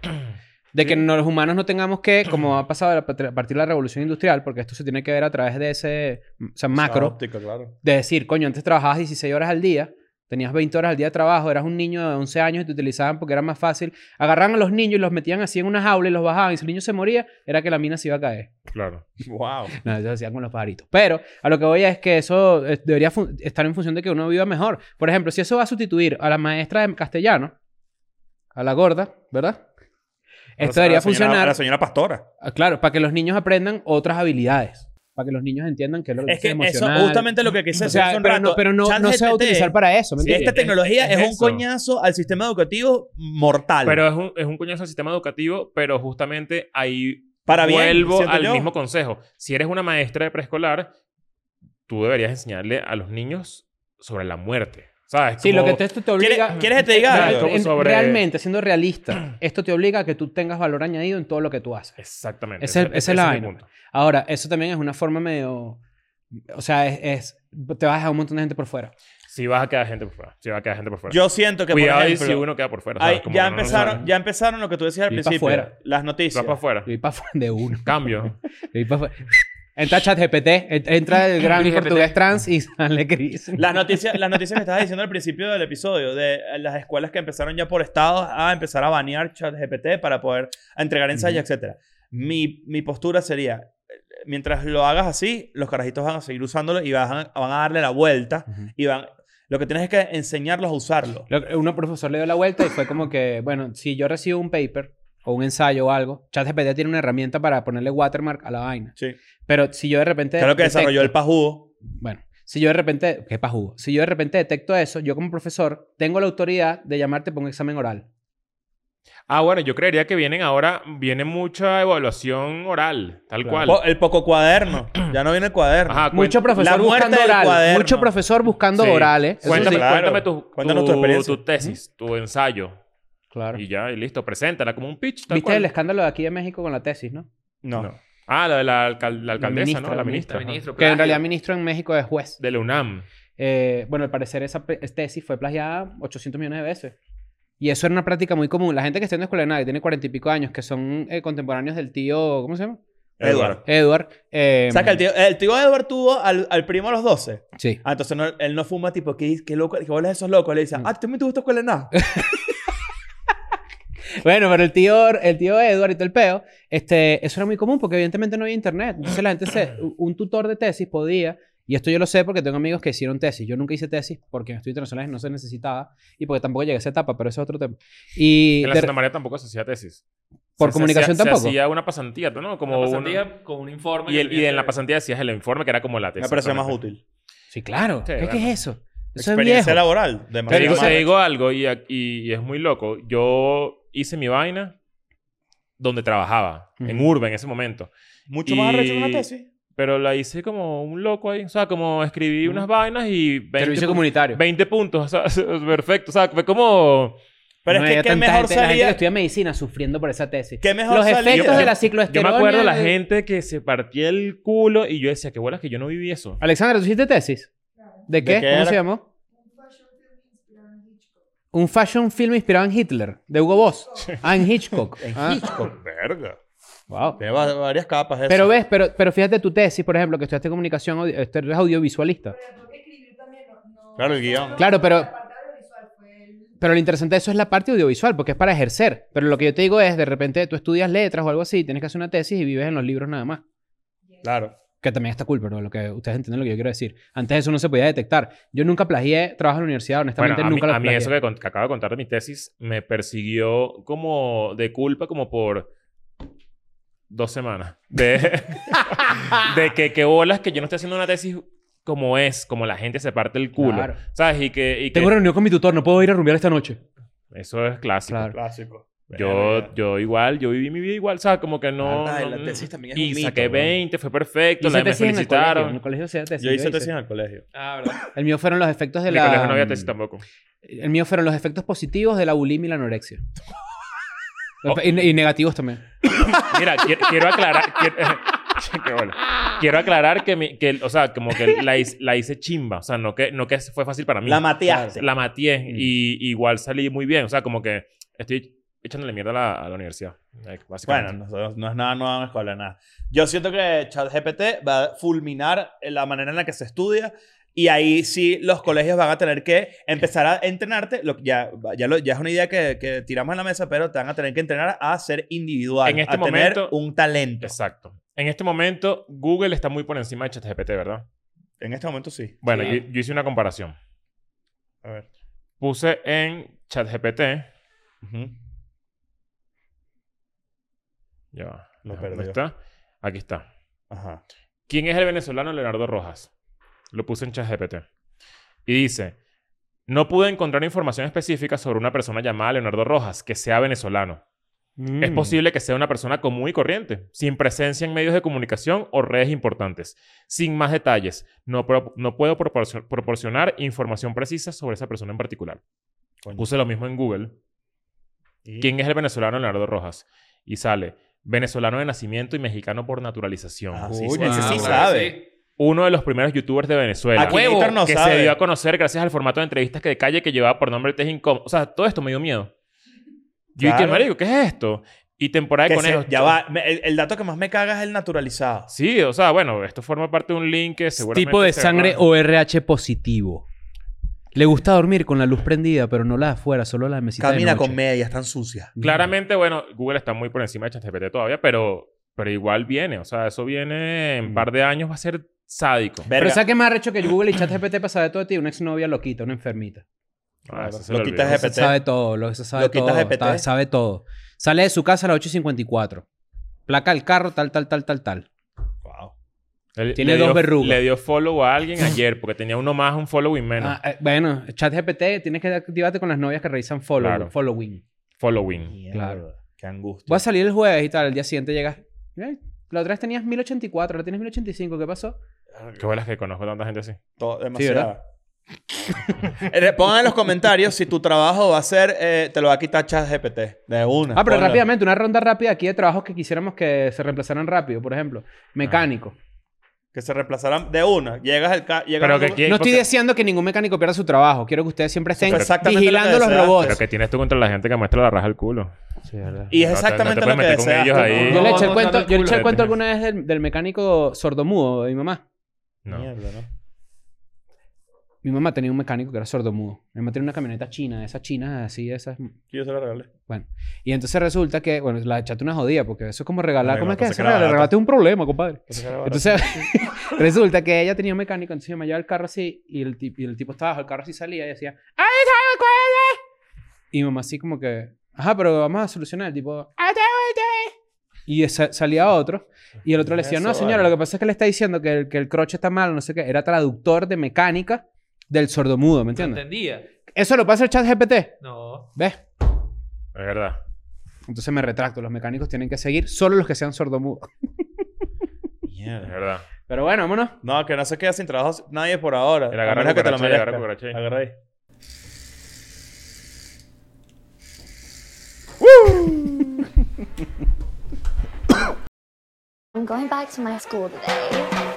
C: De que no- los humanos no tengamos que, como ha pasado a pat- a partir de la revolución industrial, porque esto se tiene que ver a través de ese o sea, macro,
B: Ah, Óptico, claro.
C: de decir, coño, antes trabajabas 16 horas al día, tenías 20 horas al día de trabajo, eras un niño de 11 años y te utilizaban porque era más fácil. Agarraban a los niños y los metían así en una jaula y los bajaban. Y si el niño se moría, era que la mina se iba a caer.
A: Claro.
B: Wow.
C: No, eso lo hacían con los pajaritos. Pero a lo que voy es que eso eh, debería fun- estar en función de que uno viva mejor. Por ejemplo, si eso va a sustituir a la maestra de castellano, a la gorda, ¿verdad? Esto
B: A la- a
C: debería
B: la señora- A
C: funcionar,
B: la señora pastora.
C: ah, claro, para que los niños aprendan otras habilidades. Para que los niños entiendan que es lo que
B: Es que eso,
C: emocional.
B: justamente lo que quise
C: O
B: decir
C: sea,
B: hace un
C: pero
B: rato.
C: no, pero no, no se va a
B: ChatGPT,
C: utilizar para eso, ¿me
A: Sí,
C: entiendes?
B: Esta
A: es-
B: tecnología es,
A: es
B: un
A: eso.
B: coñazo al sistema educativo mortal.
A: Pero es un, es un coñazo al sistema educativo, pero justamente ahí
B: para bien,
A: vuelvo
B: siento
A: al
B: yo.
A: mismo consejo. Si eres una maestra de preescolar, tú deberías enseñarle a los niños sobre la muerte. ¿Sabes?
C: Sí, lo
A: Como-
C: que te, esto te
B: ¿Quieres,
C: obliga...
B: quieres que te diga
A: Claro,
B: algo?
A: como
C: en-
A: sobre-
C: Realmente, siendo realista, esto te obliga a que tú tengas valor añadido en todo lo que tú haces.
A: Exactamente.
C: Ese- esa es la
A: mi
C: vaina.
A: punto.
C: Ahora, eso también es una forma medio... O sea, es, es- te vas a dejar un montón de gente por fuera.
A: Si vas a quedar gente por fuera. Si vas a quedar gente por fuera.
B: Yo siento que,
A: Cuidado
B: por
A: ahí
B: ejemplo,
A: si uno queda por fuera.
B: hay-
A: ¿sabes? Como
B: ya,
A: que no lo
B: empezaron,
A: saben.
B: ya empezaron lo que tú decías al
C: Y pa'
B: principio.
C: fuera.
B: Las
A: Vas
B: noticias.
A: para afuera.
C: Y pa' fuera de uno.
A: Cambio.
C: Y pa' fuera. Entra ChatGPT, en- entra el gran
D: GPT.
C: portugués trans y sale Chris.
B: Las noticias, las noticias que estabas diciendo al principio del episodio, de eh, las escuelas que empezaron ya por estados a empezar a banear ChatGPT para poder entregar ensayos, etcétera etc. Mi, mi postura sería, eh, mientras lo hagas así, los carajitos van a seguir usándolo y van a, van a darle la vuelta. y van, Lo que tienes es que enseñarlos a usarlo.
C: Lo- Uno profesor le dio la vuelta y fue como que, bueno, si yo recibo un paper o un ensayo o algo, ChatGPT tiene una herramienta para ponerle watermark a la vaina.
B: Sí.
C: Pero si yo de repente...
B: Que es lo que desarrolló el
C: detecto-
B: pajudo.
C: Bueno, si yo de repente... ¿Qué pajugo? Si yo de repente detecto eso, yo como profesor tengo la autoridad de llamarte para un examen oral.
A: Ah, bueno, yo creería que vienen ahora, viene mucha evaluación oral, tal
C: Claro.
A: cual.
B: Po- El poco cuaderno. ya no viene el cuaderno.
A: Ajá, cuen-
C: Mucho
B: La
C: profesor
B: muerte
C: buscando
B: del
C: oral.
B: cuaderno.
C: Mucho profesor buscando
A: Sí.
C: orales. Eso
A: Cuéntame,
C: sí.
B: claro.
A: cuéntame tu,
B: Cuéntanos tu experiencia.
A: tu tesis, tu ensayo.
C: Claro.
A: Y ya, y listo. Preséntala como un pitch, tal
C: ¿Viste
A: cual.
C: el escándalo de aquí de México con la tesis, no?
B: No.
A: No. Ah, la de la, alcal- la alcaldesa,
C: ministra,
A: ¿no? La
C: la
A: ministra.
D: Está ministro,
C: Que en
D: plagio.
C: realidad ministro en México es juez.
A: ajá. De la UNAM.
C: Eh, bueno, al parecer esa pe- tesis fue plagiada 800 millones de veces. Y eso era una práctica muy común. La gente que está en la escuela de nada, que tiene cuarenta y pico años, que son eh, contemporáneos del tío, ¿cómo se llama?
B: Edward.
C: Edward. eh,
B: Saca el tío. El tío Edward tuvo al, al primo a los 12.
C: Sí.
B: Ah, entonces no- él no fuma, tipo, ¿qué, qué loco? ¿Qué bolas esos locos? Le dice,
C: Mm.
B: ah, ¿tú me gusta escuela de nada?
C: Bueno, pero el tío, el tío Edward y todo el peo, este, eso era muy común porque evidentemente no había internet. Entonces la gente, se, un tutor de tesis podía, y esto yo lo sé porque tengo amigos que hicieron tesis. Yo nunca hice tesis porque en estudios internacionales no se necesitaba y porque tampoco llegué a esa etapa, pero eso es otro tema. Y
A: En la
C: de-
A: Santa María tampoco se hacía tesis.
C: por
A: Se- se
C: comunicación
A: hacía-
C: tampoco.
A: Se hacía una pasantía, ¿no? Como
D: Una
A: un-
D: pasantía con un informe.
A: Y,
D: que
A: el- y
D: tenía
A: en la
D: que-
A: pasantía decías el informe que era como la tesis.
B: Me pareció más útil.
C: Sí, claro.
A: Sí,
C: ¿Qué,
A: bueno.
C: qué es eso? Eso es
B: Experiencia
C: viejo.
B: laboral.
A: Te
B: demasiado
A: digo,
B: más.
A: te digo algo y, a- y- y es muy loco. Yo hice mi vaina donde trabajaba, en
C: Ujú.
A: Urba en ese momento.
B: Mucho más arrecho que una
A: Y-
B: tesis.
A: Pero la hice como un loco ahí. O sea, como escribí
C: Ujú.
A: unas vainas y 20,
C: Servicio
A: pu-
C: comunitario.
A: 20 puntos. O sea, perfecto. O sea, fue como...
B: Pero
C: No
B: es que
C: había
B: qué
C: tanta
B: mejor
C: gente- La gente que
B: salía...
C: estudia medicina sufriendo por esa tesis.
B: ¿Qué mejor
C: Los
B: salía?
C: efectos
A: Yo-
C: de la
A: Yo me
C: cicloesteronia.
A: acuerdo la gente que se partía el culo y yo decía, qué bolas que yo no viví eso.
C: Alexandra, ¿tú hiciste tesis? ¿De qué?
B: qué
C: ¿Cómo
B: era?
C: se llamó? Un fashion film inspirado en Hitler, de Hugo Boss. Ah, en Hitchcock. Ah,
B: Verga.
C: Wow.
B: Tiene va- varias capas. eso.
C: Pero ves, pero, pero fíjate tu tesis, por ejemplo, que estudiaste comunicación, audio- este, eres audiovisualista.
B: Claro, el guión.
C: Claro, pero- Pero lo interesante de eso es la parte audiovisual, porque es para ejercer. Pero lo que yo te digo es, de repente tú estudias letras o algo así, tienes que hacer una tesis y vives en los libros nada más.
B: Claro.
C: Que también está cool, pero lo que ustedes entienden lo que yo quiero decir. Antes eso no se podía detectar. Yo nunca plagié trabajos en la universidad, honestamente
A: Bueno, a mí,
C: nunca lo
A: a mí
C: plagié.
A: eso que, con- que acabo de contar de mi tesis me persiguió como de culpa, como por dos semanas. De, de que qué bolas que yo no estoy haciendo una tesis como es, como la gente se parte el culo.
C: Claro.
A: ¿Sabes? Y que... y que-
C: Tengo reunión con mi tutor, no puedo ir a rumbear esta noche.
A: Eso es clásico.
C: Claro.
B: Clásico.
A: Yo, yo igual, yo viví mi vida igual, ¿sabes? Como que no...
B: Ah, la
A: no- mm.
B: tesis también es
A: Y
B: un mito,
A: saqué
B: ¿no?
A: 20, fue perfecto,
C: Hice
A: la, me
C: tesis en el colegio. En el
A: felicitaron.
C: colegio hacía tesis.
B: Yo hice
C: hice.
B: tesis en el colegio.
D: Ah, verdad.
C: El mío fueron los efectos de
A: En mi
C: la...
A: colegio no había tesis tampoco.
C: El mío fueron los efectos positivos de la bulimia y la anorexia.
A: Oh.
C: Y, y negativos también.
A: Mira, qui- quiero, aclarar. quiero, qué bola. Quiero aclarar que, mi- que, o sea, como que la, hice- la hice chimba. O sea, no que, no que fue fácil para mí.
B: La mateaste.
A: La mateé.
C: Mm.
A: Y igual salí muy bien. O sea, como que estoy echándole mierda a la, a la universidad. eh,
B: Bueno,
A: Básicamente.
B: no, no es nada nuevo en la escuela, nada. Yo siento que ChatGPT va a fulminar la manera en la que se estudia y ahí sí los colegios van a tener que empezar a entrenarte. Lo, ya, ya, lo- ya es una idea que, que tiramos en la mesa, pero te van a tener que entrenar a ser individual,
A: En este
B: a tener
A: momento-
B: un talento.
A: Exacto. En este momento, Google está muy por encima de ChatGPT, ¿verdad?
B: En este momento sí.
A: Bueno,
C: Sí.
A: yo, yo hice una comparación.
B: A ver.
A: Puse en ChatGPT.
B: Ujú.
A: Ya va.
B: Lo
A: Déjame- ¿Dónde
B: perdió.
A: está? Aquí está.
B: Ajá.
A: ¿Quién es el venezolano Leonardo Rojas? Lo puse en ChatGPT. Y dice, no pude encontrar información específica sobre una persona llamada Leonardo Rojas que sea venezolano.
B: Mm.
C: Mm.
A: Es posible que sea una persona común y corriente, sin presencia en medios de comunicación o redes importantes. Sin más detalles, no, pro- no puedo proporcio- proporcionar información precisa sobre esa persona en particular.
B: Coño.
A: Puse lo mismo en Google.
B: Y-
A: ¿Quién es el venezolano Leonardo Rojas? Y sale, venezolano de nacimiento y mexicano por naturalización.
B: Ah,
C: Uy,
B: sí,
C: ese
B: ese
C: sí
B: sí
D: bueno,
B: sabe.
D: sí.
A: uno de los primeros youtubers de Venezuela.
B: Aquí
D: Huevo,
B: Víctor no
A: que
B: sabe.
A: se dio a conocer gracias al formato de entrevistas que de calle que llevaba por nombre Tejin Com. O sea, todo esto me dio miedo. Yo dije,
B: Claro.
A: marico, ¿qué es esto? Y temporada de
B: Que se-
A: conejos.
B: ya va. Me- El, el dato que más me caga es el naturalizado.
A: Sí, o sea, bueno, esto forma parte de un link que seguramente...
C: Tipo de
A: se
C: sangre
A: agarraron.
C: ORH positivo. Le gusta dormir con la luz prendida, pero no la de afuera, solo la de mesita
B: Camina
C: de noche.
B: con medias tan sucias.
A: Claramente, bueno, Google está muy por encima de ChatGPT todavía, pero, pero igual viene. O sea, eso viene en
C: Mm.
A: un par de años, va a ser sádico.
C: Pero
B: Verga.
C: ¿sabes qué me ha hecho que el Google y ChatGPT para saber todo de ti? Una exnovia loquita, una enfermita.
A: Ah, eso se
B: Lo
A: le
B: quitas
A: olvidó.
B: GPT.
C: Se sabe todo, lo, se sabe
B: Loquita
C: todo.
B: GPT.
C: ta- Sabe todo. Sale de su casa a las 8.54. Placa del carro, tal, tal, tal, tal, tal.
B: Wow.
A: Él-
C: Tiene
A: le
C: dos
A: dio-
C: verrugas.
A: Le dio follow a alguien ayer porque tenía uno más, un following menos.
C: Ah, eh, bueno, ChatGPT, tienes que activarte con las novias que realizan follow,
A: Claro.
C: following.
A: Following.
C: Claro.
B: Qué angustia.
C: Voy a salir el jueves y tal. El día siguiente llegas. "Eh, la otra vez tenías 1084, ahora tienes 1085. ¿Qué pasó?
A: Qué buenas que conozco tanta gente así.
B: Todo,
C: ¿verdad?
B: demasiado. Eh, Pongan en los comentarios si tu trabajo va a ser, eh, te lo va a quitar ChatGPT de una.
C: Ah, pero
B: Ponlo.
C: rápidamente, una ronda rápida aquí de trabajos que quisiéramos que se reemplazaran rápido. Por ejemplo,
B: Ah.
C: mecánico.
B: Que se reemplazarán de una. Llegas al ca llegas
A: Pero
B: al-
A: que, aquí-
C: No estoy
A: porque-
C: diciendo que ningún mecánico pierda su trabajo. Quiero que ustedes siempre estén
B: Eso fue exactamente
C: vigilando
B: lo
C: los
B: que
A: Pero
C: robots.
A: que tienes tú contra la gente que muestra la raja al culo.
B: Y es
A: No te-
B: exactamente
A: no te
B: lo
A: puedes
B: que
A: meter con
B: deseas.
A: ellos ahí.
C: Yo le
D: No,
C: eché el
D: no,
C: cuento,
D: no,
C: yo le eché el
A: no,
C: cuento
A: no.
C: alguna vez del, del mecánico sordomudo de mi mamá.
A: No.
B: Mierda, ¿no?
C: Mi mamá tenía un mecánico que era sordomudo. Mi mamá tenía una camioneta china, de esas chinas así, de esas
B: Yo se lo regalé.
C: Y entonces resulta que, bueno, la echaste una jodida, porque eso es como regalar,
B: Ay,
C: ¿cómo
B: no,
C: es que
B: pensé que
C: es?
B: era
C: Le
B: barato.
C: regalaste un problema, compadre.
B: Pensé que era barato.
C: Entonces, resulta que ella tenía un mecánico, entonces me llevaba el carro así, y el, tip- y el tipo estaba bajo el carro así, salía y decía, ¡Ay, sabe cuál es! Y mi mamá así como que, ajá, pero vamos a solucionar, el tipo, "Ay, te voy, te voy". y esa- salía otro, y el otro le decía,
B: Eso
C: no señora,
B: vale.
C: lo que pasa es que le está diciendo que el, que el croche está mal, no sé qué, era traductor de mecánica del sordomudo, ¿me
D: No
C: entiendes?
D: entendía.
C: Eso lo pasa el chat GPT,
D: No.
C: ¿ves?
A: Es verdad.
C: Entonces me retracto, los mecánicos tienen que seguir solo los que sean sordomudos.
A: Es
B: Mierda.
A: verdad.
C: Pero bueno, vámonos.
B: No, que no se queda sin trabajo nadie por ahora.
A: Mira,
B: A
A: agarra
B: menos que te lo
A: cucaracha ahí, agarra cucaracha
B: merezca.
A: ahí.
B: Agarra ahí.
E: I'm going back to my school today.